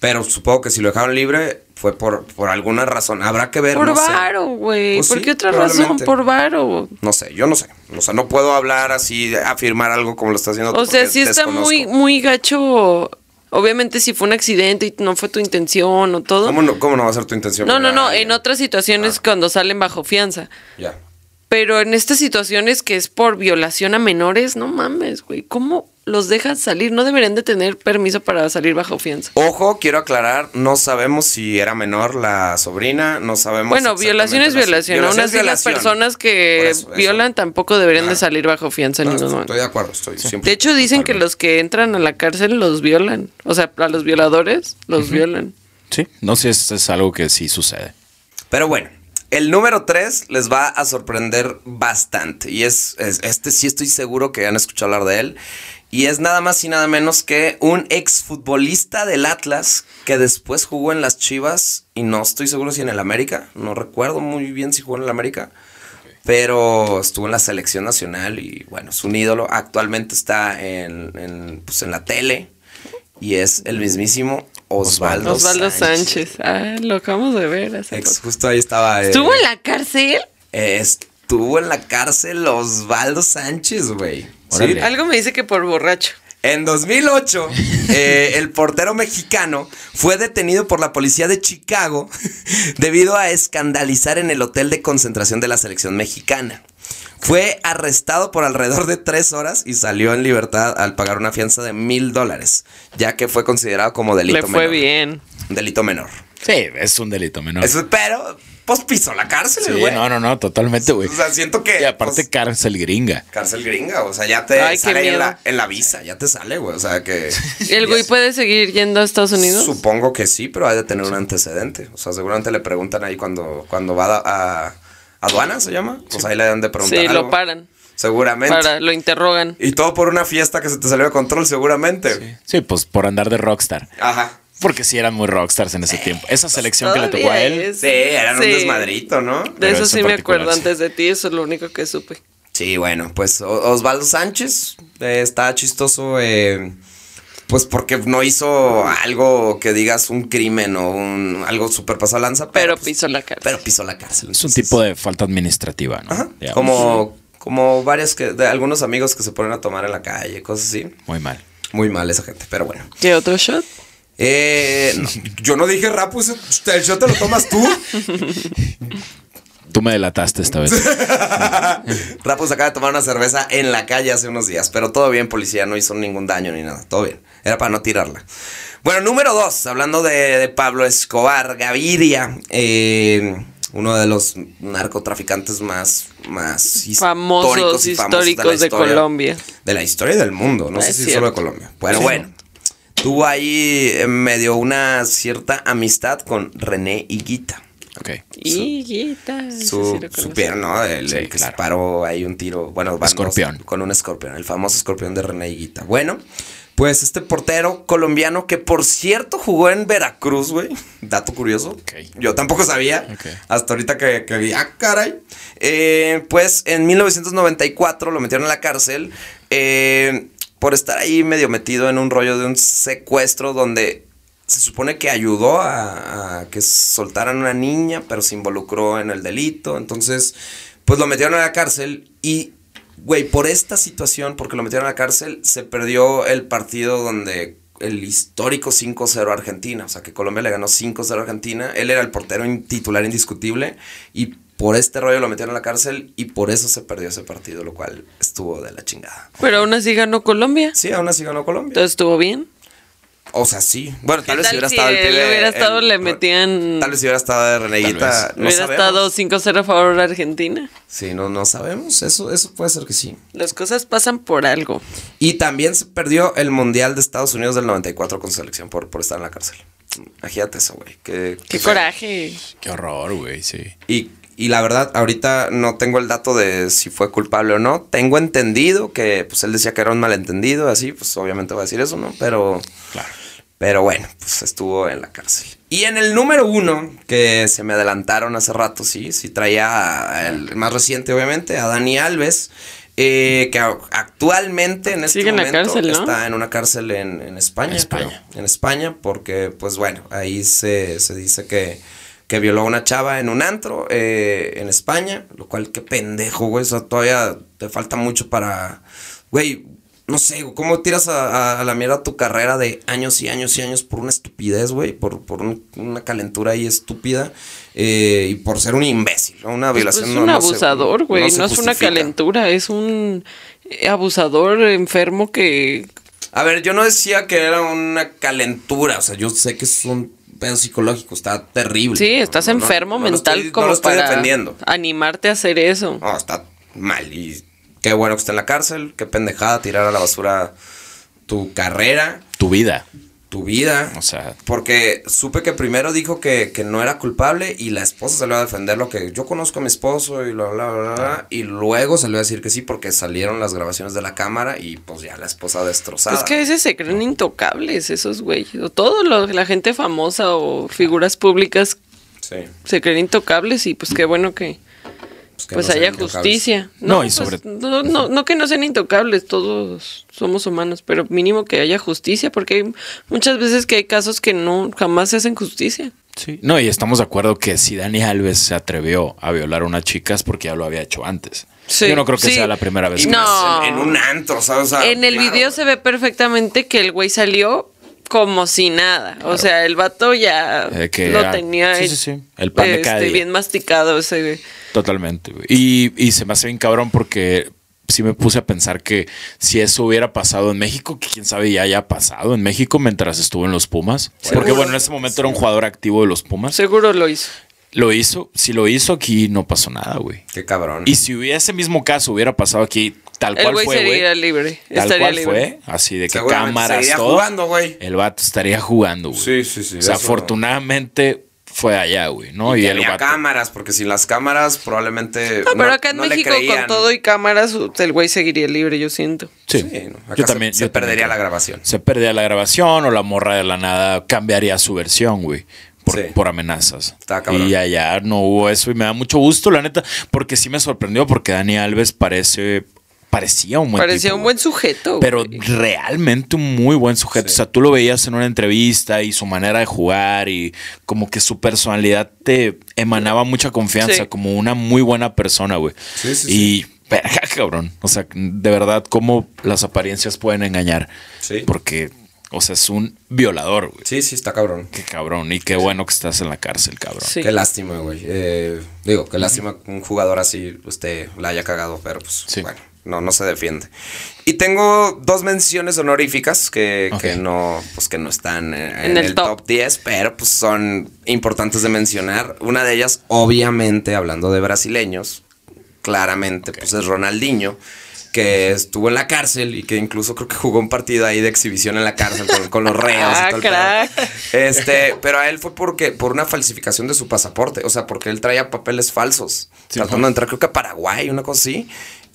Speaker 1: pero supongo que si lo dejaron libre fue por, por alguna razón. Habrá que ver.
Speaker 2: Por
Speaker 1: no sé.
Speaker 2: varo, güey.
Speaker 1: Pues
Speaker 2: ¿Por
Speaker 1: sí,
Speaker 2: qué otra razón?
Speaker 1: probablemente.
Speaker 2: Por varo.
Speaker 1: No sé, yo no sé. O sea, no puedo hablar así, afirmar algo como lo está haciendo tú,
Speaker 2: O sea,
Speaker 1: porque
Speaker 2: sí está
Speaker 1: desconozco.
Speaker 2: muy, muy gacho. Obviamente, si fue un accidente y no fue tu intención o todo.
Speaker 1: ¿Cómo no, ¿Cómo no va a ser tu intención?
Speaker 2: No, no,
Speaker 1: Mira,
Speaker 2: no.
Speaker 1: ya,
Speaker 2: En otras situaciones,
Speaker 1: Ah.
Speaker 2: cuando salen bajo fianza.
Speaker 1: Ya.
Speaker 2: Pero en estas situaciones que es por violación a menores, no mames, güey. ¿Cómo los dejan salir? No deberían de tener permiso para salir bajo fianza.
Speaker 1: Ojo, quiero aclarar, no sabemos si era menor la sobrina, no sabemos.
Speaker 2: Bueno,
Speaker 1: exactamente
Speaker 2: violación es
Speaker 1: las-
Speaker 2: violación.
Speaker 1: es
Speaker 2: Aún así, las
Speaker 1: violación.
Speaker 2: personas
Speaker 1: Por
Speaker 2: que
Speaker 1: eso, eso.
Speaker 2: violan tampoco deberían de
Speaker 1: Ajá.
Speaker 2: salir bajo fianza en
Speaker 1: No,
Speaker 2: ningún
Speaker 1: estoy,
Speaker 2: momento.
Speaker 1: de acuerdo, estoy siempre-
Speaker 2: De hecho, dicen que los que entran a la cárcel los violan. O sea, a los violadores los violan.
Speaker 3: Sí. No sé si es algo que sí sucede.
Speaker 1: Pero bueno, el número 3 les va a sorprender bastante. Y es, es- este sí estoy seguro que han escuchado hablar de él. Y es nada más y nada menos que un exfutbolista del Atlas que después jugó en las Chivas y no estoy seguro si en el América. No recuerdo muy bien si jugó en el América. Pero estuvo en la selección nacional y bueno, es un ídolo. Actualmente está en, en, pues, en la tele y es el mismísimo Osvaldo,
Speaker 2: Osvaldo Sánchez. Ah, lo acabamos de ver hace
Speaker 1: Ex-
Speaker 2: poco.
Speaker 1: justo ahí estaba. eh,
Speaker 2: ¿Estuvo en la cárcel?
Speaker 1: eh, Estuvo en la cárcel Osvaldo Sánchez, güey. Sí.
Speaker 3: Órale.
Speaker 2: Algo me dice que por borracho.
Speaker 1: En 2008, eh, el portero mexicano fue detenido por la policía de Chicago debido a escandalizar en el hotel de concentración de la selección mexicana. Fue arrestado por alrededor de tres horas y salió en libertad al pagar una fianza de mil dólares, ya que fue considerado como delito
Speaker 2: Le fue
Speaker 1: menor.
Speaker 2: bien.
Speaker 1: Delito menor.
Speaker 3: Sí, es un delito menor.
Speaker 1: Eso, pero, pues pisó la cárcel,
Speaker 3: Ah. Sí,
Speaker 1: güey.
Speaker 3: no, no, no, totalmente, güey.
Speaker 1: O sea, siento que,
Speaker 3: Y aparte,
Speaker 1: pues-
Speaker 3: cárcel gringa.
Speaker 1: Cárcel gringa, o sea, ya te
Speaker 2: Ay, qué
Speaker 1: sale ahí en
Speaker 2: miedo.
Speaker 1: la, en la visa, ya te sale, güey. O sea que.
Speaker 2: ¿El güey puede seguir yendo a Estados Unidos?
Speaker 1: Supongo que sí, pero ha de tener un antecedente. O sea, seguramente le preguntan ahí cuando, cuando va a, a- aduana, ¿se llama? Pues ahí le dan de preguntar.
Speaker 2: Sí,
Speaker 1: algo.
Speaker 2: lo paran.
Speaker 1: Seguramente.
Speaker 2: Para, lo interrogan.
Speaker 1: Y todo por una fiesta que se te salió de control, seguramente.
Speaker 3: Sí, pues por andar de rockstar.
Speaker 1: Ajá.
Speaker 3: Porque sí eran muy rockstars en ese tiempo. Esa selección que le tocó a
Speaker 2: todavía
Speaker 3: él.
Speaker 2: es.
Speaker 1: Sí, eran un
Speaker 2: Sí.
Speaker 1: desmadrito, ¿no?
Speaker 2: De
Speaker 3: Pero
Speaker 2: eso
Speaker 3: eso
Speaker 2: sí
Speaker 3: en
Speaker 2: me
Speaker 3: particular,
Speaker 2: acuerdo
Speaker 3: sí.
Speaker 2: antes de ti, eso es lo único que supe.
Speaker 1: Sí, bueno, pues O- Osvaldo Sánchez eh, está chistoso, eh, pues porque no hizo algo que digas un crimen o un, algo súper pasado lanza, pero,
Speaker 2: Pero
Speaker 1: pues,
Speaker 2: pisó la cárcel.
Speaker 1: pero pisó la cárcel.
Speaker 3: Es un tipo de falta administrativa, ¿no?
Speaker 1: Ajá,
Speaker 3: Digamos.
Speaker 1: como, como varios que, de algunos amigos que se ponen a tomar en la calle, cosas así.
Speaker 3: Muy mal.
Speaker 1: Muy mal esa gente, pero bueno.
Speaker 2: ¿Qué otro shot?
Speaker 1: Eh, no, yo no dije rap, pues, el shot te lo tomas tú.
Speaker 3: Tú me delataste esta vez.
Speaker 1: Rapos acaba de tomar una cerveza en la calle hace unos días, pero todo bien, policía, no hizo ningún daño ni nada, todo bien. Era para no tirarla. Bueno, número dos, hablando de, de Pablo Escobar Gaviria, eh, uno de los narcotraficantes más, más
Speaker 2: Famosos,
Speaker 1: históricos, y famosos
Speaker 2: históricos de
Speaker 1: historia-
Speaker 2: Colombia.
Speaker 1: De la historia y del mundo, no
Speaker 2: Ah,
Speaker 1: sé
Speaker 2: es
Speaker 1: si solo de
Speaker 2: cierto.
Speaker 1: Colombia. Pero
Speaker 2: Sí.
Speaker 1: bueno, tuvo ahí eh, medio una cierta amistad con René Higuita.
Speaker 3: Ok.
Speaker 2: Higuita. ese sí
Speaker 1: Su,
Speaker 2: lo
Speaker 1: su
Speaker 2: conozco.
Speaker 1: pierna, ¿no? El,
Speaker 3: Sí,
Speaker 1: el que
Speaker 3: claro.
Speaker 1: se paró ahí un tiro. Bueno, van dos
Speaker 3: Escorpión.
Speaker 1: con un escorpión, el famoso escorpión de René Higuita. Bueno, pues este portero colombiano que por cierto jugó en Veracruz, güey. Dato curioso. Yo tampoco sabía.
Speaker 3: Ok.
Speaker 1: Hasta ahorita que, que vi, ah, caray. Eh, pues en 1994 lo metieron a la cárcel eh, por estar ahí medio metido en un rollo de un secuestro donde se supone que ayudó a, a que soltaran una niña, pero se involucró en el delito. Entonces, pues lo metieron a la cárcel y, güey, por esta situación, porque lo metieron a la cárcel, se perdió el partido donde el histórico 5-0 Argentina, o sea que Colombia le ganó 5-0 a Argentina, él era el portero in- titular indiscutible y por este rollo lo metieron a la cárcel y por eso se perdió ese partido, lo cual estuvo de la chingada.
Speaker 2: Pero aún así ganó Colombia.
Speaker 1: Sí, aún así ganó Colombia.
Speaker 2: Entonces estuvo bien.
Speaker 1: O sea, sí. Bueno, tal
Speaker 2: ¿Qué
Speaker 1: vez si
Speaker 2: tal
Speaker 1: hubiera
Speaker 2: si
Speaker 1: estado el
Speaker 2: él
Speaker 1: pibe-
Speaker 2: hubiera estado, le
Speaker 1: Ro-
Speaker 2: metían-
Speaker 1: Tal vez si hubiera estado de Reneguita.
Speaker 3: vez.
Speaker 1: No
Speaker 2: Hubiera
Speaker 1: sabemos.
Speaker 2: estado 5-0 a favor de Argentina.
Speaker 1: Sí, no, no sabemos. Eso, eso puede ser que sí.
Speaker 2: Las cosas pasan por algo.
Speaker 1: Y también se perdió el Mundial de Estados Unidos del 94 con su selección por, por estar en la cárcel. Imagínate eso, güey. Qué,
Speaker 2: Qué
Speaker 1: feo.
Speaker 2: coraje.
Speaker 3: Qué horror, güey, sí.
Speaker 1: Y, y la verdad, ahorita no tengo el dato de si fue culpable o no. Tengo entendido que pues él decía que era un malentendido, así, pues obviamente va a decir eso, ¿no? Pero.
Speaker 3: Claro.
Speaker 1: Pero bueno, pues estuvo en la cárcel. Y en el número uno, que se me adelantaron hace rato, sí, sí traía el más reciente, obviamente, a Dani Alves, eh, que a- actualmente en este
Speaker 2: Sigue en la
Speaker 1: momento
Speaker 2: cárcel, ¿no?
Speaker 1: está en una cárcel en, en España.
Speaker 3: En España.
Speaker 1: creo. En España, porque, pues bueno, ahí se, se dice que, que violó a una chava en un antro eh, en España, lo cual qué pendejo, güey. O sea, todavía te falta mucho para. Güey, no sé, güey, ¿cómo tiras a, a- a la mierda tu carrera de años y años y años por una estupidez, güey? Por, por un- una calentura ahí estúpida eh, y por ser un imbécil, ¿no? Una
Speaker 2: Pues,
Speaker 1: violación.
Speaker 2: es
Speaker 1: no-
Speaker 2: un
Speaker 1: no se-
Speaker 2: abusador, güey. No,
Speaker 1: se
Speaker 2: es una
Speaker 1: justifica.
Speaker 2: calentura, es un eh, abusador enfermo que
Speaker 1: A ver, yo no decía que era una calentura, o sea, yo sé que es un pedo psicológico, está terrible.
Speaker 2: sí, estás
Speaker 1: No, no,
Speaker 2: enfermo
Speaker 1: no lo
Speaker 2: mental
Speaker 1: estoy-
Speaker 2: como
Speaker 1: no lo estoy
Speaker 2: para
Speaker 1: defendiendo.
Speaker 2: animarte a hacer eso.
Speaker 1: No, está mal y qué bueno que está en la cárcel, qué pendejada tirar a la basura tu carrera,
Speaker 3: Tu vida.
Speaker 1: tu vida.
Speaker 3: O sea-
Speaker 1: porque supe que primero dijo que, que no era culpable y la esposa salió a defenderlo, que yo conozco a mi esposo y bla, bla, bla, bla,
Speaker 3: Ah.
Speaker 1: bla. Y luego salió a decir que sí porque salieron las grabaciones de la cámara y pues ya la esposa destrozada.
Speaker 2: Es que a veces se creen intocables esos güeyes. O todo lo, la gente famosa o figuras públicas
Speaker 1: Sí,
Speaker 2: se creen intocables y pues qué bueno que
Speaker 1: que
Speaker 2: pues
Speaker 1: no sean
Speaker 2: haya
Speaker 1: intocables.
Speaker 2: justicia.
Speaker 3: No, y
Speaker 2: pues,
Speaker 3: sobre-
Speaker 2: no, no, no que no sean intocables, todos somos humanos, pero mínimo que haya justicia, porque hay muchas veces que hay casos que no jamás se hacen justicia.
Speaker 3: Sí. No, y estamos de acuerdo que si Dani Alves se atrevió a violar a una chica es porque ya lo había hecho antes.
Speaker 2: Sí,
Speaker 3: Yo no creo que
Speaker 2: sí.
Speaker 3: sea la primera vez.
Speaker 1: Y
Speaker 3: que-
Speaker 2: No.
Speaker 1: más En, en un antro, ¿sabes? O sea,
Speaker 2: en el
Speaker 1: claro,
Speaker 2: video se ve perfectamente que el güey salió como si nada. O sea, el vato ya
Speaker 3: Eh, que
Speaker 2: lo
Speaker 3: era-
Speaker 2: tenía
Speaker 3: sí,
Speaker 2: eh,
Speaker 3: sí, sí. El pan de cada
Speaker 2: este,
Speaker 3: día.
Speaker 2: bien masticado ese güey.
Speaker 3: Totalmente. güey. Y, y se me hace bien cabrón porque sí me puse a pensar que si eso hubiera pasado en México, que quién sabe ya haya pasado en México mientras estuvo en los Pumas. Porque bueno, en ese momento era un jugador activo de los Pumas.
Speaker 2: Seguro lo hizo.
Speaker 3: Lo hizo. Si lo hizo aquí, no pasó nada, güey.
Speaker 1: Qué cabrón.
Speaker 3: Y si hubiera ese mismo caso hubiera pasado aquí, tal
Speaker 2: El
Speaker 3: cual
Speaker 2: güey
Speaker 3: fue,
Speaker 2: sería
Speaker 3: güey.
Speaker 2: libre.
Speaker 3: Tal
Speaker 2: estaría
Speaker 3: cual
Speaker 2: libre.
Speaker 3: fue, así de que
Speaker 1: Seguramente
Speaker 3: cámaras,
Speaker 1: seguiría
Speaker 3: todo.
Speaker 1: jugando, güey.
Speaker 3: El vato estaría jugando, güey.
Speaker 1: Sí, sí, sí,
Speaker 3: O sea,
Speaker 1: eso-
Speaker 3: afortunadamente fue allá, güey, ¿no? Y,
Speaker 1: Y
Speaker 3: el
Speaker 1: había
Speaker 3: vato.
Speaker 1: cámaras, porque sin las cámaras probablemente.
Speaker 2: No, pero acá en México con todo
Speaker 1: y.
Speaker 2: y cámaras el güey seguiría libre, yo siento.
Speaker 3: Sí,
Speaker 1: Sí, no, acá
Speaker 3: yo
Speaker 1: se-
Speaker 3: también.
Speaker 1: se
Speaker 3: yo también
Speaker 1: perdería
Speaker 3: creo.
Speaker 1: la grabación.
Speaker 3: Se perdía la grabación o la morra de la nada cambiaría su versión, güey. Por,
Speaker 1: Sí.
Speaker 3: por amenazas.
Speaker 1: Está cabrón.
Speaker 3: y allá no hubo eso y me da mucho gusto, la neta, porque sí me sorprendió porque Dani Alves parece parecía un buen
Speaker 2: Parecía
Speaker 3: tipo,
Speaker 2: un
Speaker 3: güey.
Speaker 2: buen sujeto.
Speaker 3: pero
Speaker 2: güey.
Speaker 3: realmente un muy buen sujeto. O sea, tú lo veías en una entrevista y su manera de jugar y como que su personalidad te emanaba mucha confianza,
Speaker 2: Sí.
Speaker 3: como una muy buena persona, güey.
Speaker 1: Sí, sí,
Speaker 3: y, verga, cabrón. O sea, de verdad, cómo las apariencias pueden engañar.
Speaker 1: Sí.
Speaker 3: Porque, o sea, es un violador, güey.
Speaker 1: Sí, sí, está cabrón.
Speaker 3: Qué cabrón. Y qué bueno que estás en la cárcel, cabrón.
Speaker 2: Sí.
Speaker 1: Qué lástima, güey. Eh, digo, qué lástima que un jugador así usted la haya cagado, pero pues
Speaker 3: Sí.
Speaker 1: bueno, no, no se defiende. Y tengo dos menciones honoríficas que,
Speaker 3: Ok.
Speaker 1: que no, pues que no están eh, en,
Speaker 2: En el
Speaker 1: el, top.
Speaker 2: top
Speaker 1: 10, pero pues son importantes de mencionar. Una de ellas, obviamente, hablando de brasileños, claramente, pues es Ronaldinho. que estuvo en la cárcel y que incluso creo que jugó un partido ahí de exhibición en la cárcel con, con los reos.
Speaker 2: Ah,
Speaker 1: y todo el pedo.
Speaker 2: crack.
Speaker 1: Este, pero a él fue porque por una falsificación de su pasaporte, o sea, porque él traía papeles falsos,
Speaker 3: Sí,
Speaker 1: tratando
Speaker 3: ajá.
Speaker 1: de entrar creo que a Paraguay, una cosa así,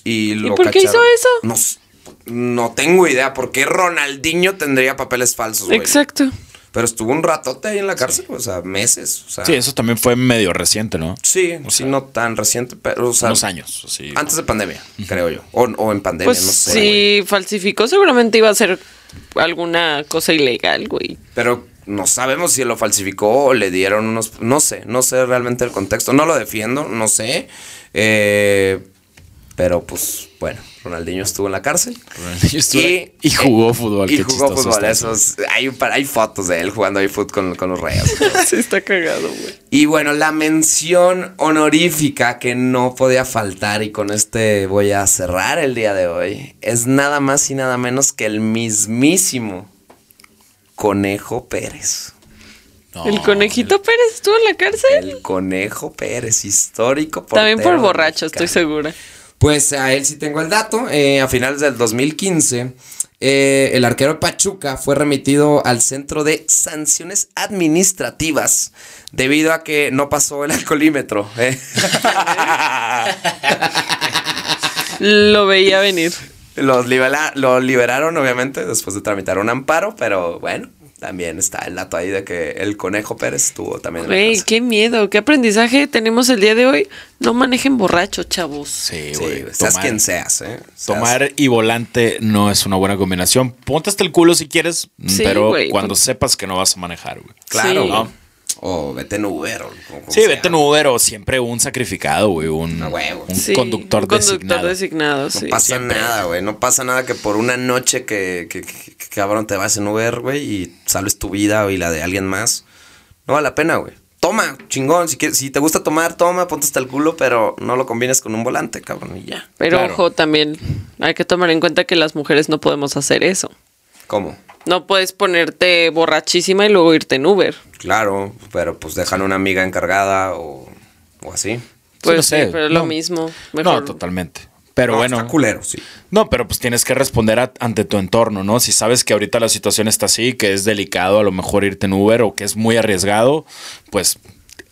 Speaker 1: y lo
Speaker 2: por qué hizo
Speaker 1: cacharon.
Speaker 2: eso?
Speaker 1: No, s- no tengo idea por qué Ronaldinho tendría papeles falsos, güey.
Speaker 2: Exacto.
Speaker 1: Pero estuvo un ratote ahí en la cárcel, o sea, meses, o sea.
Speaker 3: Sí, eso también fue medio reciente, ¿no?
Speaker 1: Sí,
Speaker 3: O
Speaker 1: sí,
Speaker 3: sea,
Speaker 1: no tan reciente, pero o sea,
Speaker 3: Unos años, sí.
Speaker 1: antes de pandemia, creo yo, o, o en pandemia,
Speaker 2: Pues
Speaker 1: no sé. güey.
Speaker 2: si falsificó, seguramente iba a ser alguna cosa ilegal, güey.
Speaker 1: Pero no sabemos si lo falsificó o le dieron unos. No sé, no sé realmente el contexto. No lo defiendo, no sé. Eh, pero pues, bueno, Ronaldinho estuvo en la cárcel.
Speaker 3: Ronaldinho estuvo- y jugó fútbol,
Speaker 1: Y
Speaker 3: qué
Speaker 1: jugó
Speaker 3: chistoso
Speaker 1: fútbol.
Speaker 3: está
Speaker 1: eso es- hay, un par- hay fotos de él jugando ahí fútbol con, con los Reyes.
Speaker 2: Se está cagado, güey.
Speaker 1: y bueno, la mención honorífica que no podía faltar, y con este voy a cerrar el día de hoy, es nada más y nada menos que el mismísimo Conejo Pérez.
Speaker 3: No,
Speaker 2: ¿El conejito Pérez estuvo en la cárcel?
Speaker 1: El Conejo Pérez, histórico.
Speaker 2: También por
Speaker 1: portero
Speaker 2: borracho,
Speaker 1: mexicano.
Speaker 2: estoy segura.
Speaker 1: Pues a él sí tengo el dato. eh, a finales del 2015, eh, el arquero de Pachuca fue remitido al centro de sanciones administrativas debido a que no pasó el alcoholímetro. eh.
Speaker 2: Lo veía venir.
Speaker 1: Los libera- lo liberaron, obviamente, después de tramitar un amparo, pero bueno, también está el dato ahí de que el Conejo Pérez estuvo también. en la
Speaker 2: Güey,
Speaker 1: cárcel.
Speaker 2: qué miedo, qué aprendizaje tenemos el día de hoy. No manejen borrachos, chavos.
Speaker 3: Sí,
Speaker 1: Sí,
Speaker 3: güey.
Speaker 1: seas
Speaker 3: tomar-
Speaker 1: quien seas, ¿eh? Seas-
Speaker 3: Tomar y volante no es una buena combinación. Ponte hasta el culo si quieres, mm,
Speaker 2: Sí,
Speaker 3: pero
Speaker 2: güey,
Speaker 3: cuando
Speaker 2: pon-
Speaker 3: sepas que no vas a manejar, güey.
Speaker 1: Claro.
Speaker 2: Sí.
Speaker 1: ¿no? O vete en Uber. O, o como
Speaker 3: Sí,
Speaker 1: sea.
Speaker 3: vete en Uber o siempre un sacrificado, güey. Un,
Speaker 1: A huevo.
Speaker 3: un
Speaker 2: Sí,
Speaker 3: conductor
Speaker 2: un conductor
Speaker 3: designado.
Speaker 2: designado,
Speaker 1: No
Speaker 2: sí.
Speaker 1: pasa
Speaker 3: siempre.
Speaker 1: nada, güey. No pasa nada que por una noche que, que- que- que cabrón te vas en Uber, güey, y salves tu vida y la de alguien más. No vale la pena, güey. Toma, chingón. Si, quieres- si te gusta tomar, toma, ponte hasta el culo, pero no lo combines con un volante, cabrón, y ya.
Speaker 2: Pero
Speaker 3: Claro.
Speaker 2: ojo, también hay que tomar en cuenta que las mujeres no podemos hacer eso.
Speaker 1: ¿Cómo?
Speaker 2: No puedes ponerte borrachísima y luego irte en Uber.
Speaker 1: Claro, pero pues dejan una amiga encargada o, o así.
Speaker 2: Pues
Speaker 3: lo
Speaker 2: sí,
Speaker 3: sé,
Speaker 2: pero es lo mismo. Mejor-
Speaker 3: No, totalmente. Pero
Speaker 1: No,
Speaker 3: bueno.
Speaker 1: Está culero, sí.
Speaker 3: No, pero pues tienes que responder a- ante tu entorno, ¿no? Si sabes que ahorita la situación está así, que es delicado a lo mejor irte en Uber o que es muy arriesgado, pues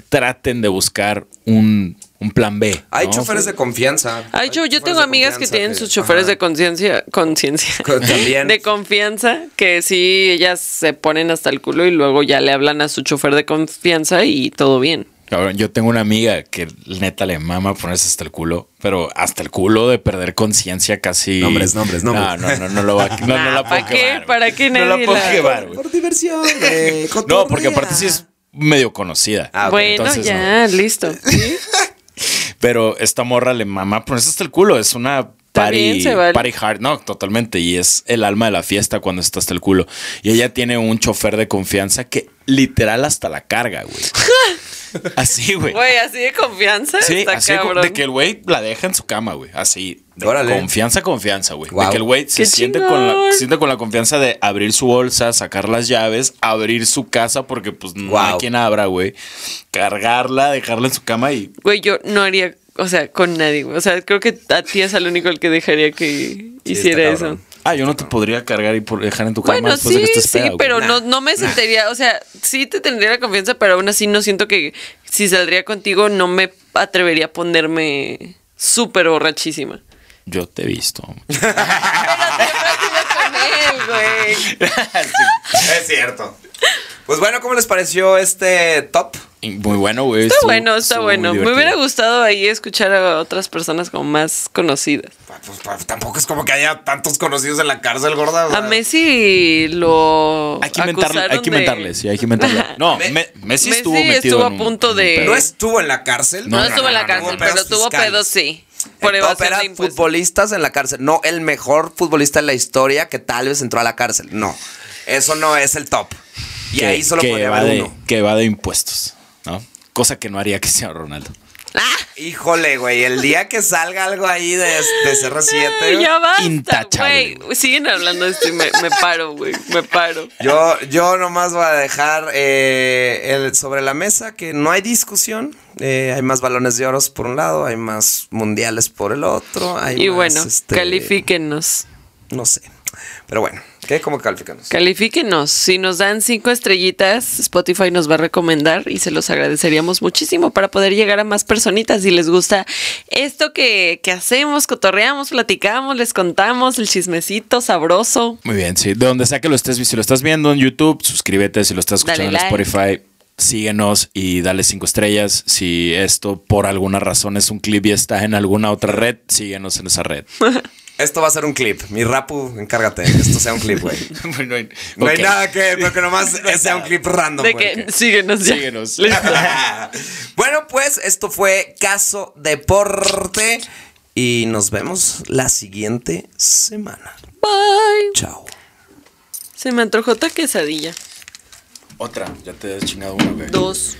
Speaker 3: traten de buscar un, un plan B.
Speaker 1: Hay
Speaker 3: ¿no?
Speaker 1: choferes de confianza.
Speaker 2: Ay, yo, yo tengo amigas que tienen sus choferes de
Speaker 1: confianza.
Speaker 2: conciencia, conciencia,
Speaker 1: Co- también.
Speaker 2: de confianza, que sí, ellas se ponen hasta el culo y luego ya le hablan a su chofer de confianza y todo bien.
Speaker 3: Cabrón, yo tengo una amiga que neta le mama ponerse hasta el culo, pero hasta el culo de perder conciencia casi.
Speaker 1: Nombres, nombres, nombres.
Speaker 3: No, no, no, no lo va a. No, no la
Speaker 2: ¿Para
Speaker 3: puedo
Speaker 2: qué?
Speaker 3: quemar.
Speaker 2: ¿Para qué
Speaker 3: No
Speaker 2: nadie
Speaker 3: la puedo
Speaker 2: la-
Speaker 3: quemar,
Speaker 1: Ajá.
Speaker 3: güey.
Speaker 1: Por diversión, güey.
Speaker 3: No, porque
Speaker 1: cotorrea.
Speaker 3: aparte sí es medio conocida.
Speaker 1: Ah, ok,
Speaker 2: bueno,
Speaker 3: entonces
Speaker 2: ya, listo. Sí,
Speaker 3: Pero esta morra le mama ponerse hasta el culo. Es una
Speaker 2: También
Speaker 3: party,
Speaker 2: se vale.
Speaker 3: party hard. No, totalmente. Y es el alma de la fiesta cuando está hasta el culo. Y ella tiene un chofer de confianza que literal hasta la carga, güey. Así, güey.
Speaker 2: Güey, así de confianza.
Speaker 3: Sí,
Speaker 2: está
Speaker 3: así de co-
Speaker 2: cabrón.
Speaker 3: de que el güey la deja en su cama, güey. Así. De
Speaker 1: Órale.
Speaker 3: Confianza, confianza, güey.
Speaker 1: Guau.
Speaker 3: De que el güey se
Speaker 2: ¡Qué
Speaker 3: siente con, la,
Speaker 2: chingón!
Speaker 3: siente con la confianza de abrir su bolsa, sacar las llaves, abrir su casa, porque pues no hay
Speaker 1: Guau.
Speaker 3: quien abra, güey. Cargarla, dejarla en su cama y.
Speaker 2: Güey, yo no haría, o sea, con nadie. güey. O sea, creo que a ti es al único el que dejaría que hiciera
Speaker 1: está
Speaker 2: eso.
Speaker 1: cabrón.
Speaker 3: Ah, yo no te podría cargar y por- dejar en tu cama
Speaker 2: Bueno,
Speaker 3: después de
Speaker 2: sí,
Speaker 3: que estés
Speaker 2: sí,
Speaker 3: peda, güey.
Speaker 2: pero
Speaker 1: Nah,
Speaker 2: no, no me sentiría, o sea, sí te tendría la confianza, pero aún así no siento que si saldría contigo no me atrevería a ponerme súper borrachísima.
Speaker 3: Yo te he visto.
Speaker 1: Es cierto. Pues bueno, ¿cómo les pareció este top?
Speaker 3: Y Muy bueno, güey.
Speaker 2: Está
Speaker 3: estuvo-
Speaker 2: bueno, está
Speaker 3: estuvo
Speaker 2: bueno.
Speaker 3: muy
Speaker 2: Me hubiera
Speaker 3: divertido.
Speaker 2: gustado ahí escuchar a otras personas como más conocidas.
Speaker 1: Pues, pues, tampoco es como que haya tantos conocidos en la cárcel, gorda. o sea.
Speaker 2: A Messi lo
Speaker 3: Hay que inventarle,
Speaker 2: acusaron
Speaker 3: hay que
Speaker 2: de-
Speaker 3: inventarle, sí, hay que inventarle. No,
Speaker 1: Me-
Speaker 3: Me-
Speaker 2: Messi
Speaker 3: Messi, estuvo metido
Speaker 2: estuvo a
Speaker 3: en un-
Speaker 2: punto
Speaker 3: en un
Speaker 2: de-
Speaker 3: pedo.
Speaker 1: No estuvo en la cárcel.
Speaker 2: No,
Speaker 3: No,
Speaker 2: estuvo en la cárcel,
Speaker 1: tuvo pedos
Speaker 2: pero tuvo
Speaker 1: fiscales.
Speaker 2: pedos, sí. Por
Speaker 1: El top
Speaker 2: evasión
Speaker 1: era
Speaker 2: de impuestos.
Speaker 1: futbolistas en la cárcel. No el mejor futbolista de la historia que tal vez entró a la cárcel. No. Eso no es el top. Y
Speaker 3: que-
Speaker 1: ahí solo
Speaker 3: que
Speaker 1: podría
Speaker 3: va
Speaker 1: haber
Speaker 3: de-
Speaker 1: uno.
Speaker 3: Que va de impuestos, ¿no? Cosa que no haría Cristiano Ronaldo.
Speaker 2: Ah,
Speaker 1: Híjole, güey, el día que salga algo ahí de, de CR7.
Speaker 2: ya basta,
Speaker 3: Intachable,
Speaker 2: güey. Siguen hablando de esto y me, me paro, güey. Me paro.
Speaker 1: Yo, yo nomás voy a dejar eh, el- sobre la mesa que no hay discusión. Eh, hay más balones de oros por un lado, hay más mundiales por el otro. Hay
Speaker 2: Y
Speaker 1: más,
Speaker 2: bueno,
Speaker 1: este,
Speaker 2: califíquenos.
Speaker 1: No sé. Pero bueno, ¿qué? ¿Cómo calificanos?
Speaker 2: Califíquenos. Si nos dan cinco estrellitas, Spotify nos va a recomendar y se los agradeceríamos muchísimo para poder llegar a más personitas. Si les gusta esto que, que hacemos, cotorreamos, platicamos, les contamos el chismecito sabroso.
Speaker 3: Muy bien, sí. De donde sea que lo estés, si lo estás viendo en YouTube, suscríbete. Si lo estás
Speaker 2: Dale
Speaker 3: escuchando en
Speaker 2: like.
Speaker 3: Spotify, síguenos y dale cinco estrellas. Si esto por alguna razón es un clip y está en alguna otra red, síguenos en esa red.
Speaker 1: Esto va a ser un clip. Mi rapu, encárgate. de que Esto sea un clip, güey.
Speaker 3: Bueno, en-
Speaker 1: No
Speaker 3: ok.
Speaker 1: hay nada que, pero que nomás sea un clip random.
Speaker 2: de
Speaker 1: güey,
Speaker 2: que síguenos ya.
Speaker 3: Síguenos.
Speaker 2: Listo.
Speaker 1: bueno, pues esto fue Caso Deporte. Y nos vemos la siguiente semana.
Speaker 2: Bye.
Speaker 1: Chao.
Speaker 2: Se me antojó otra quesadilla.
Speaker 3: Otra, ya te has chingado una, güey.
Speaker 2: Dos.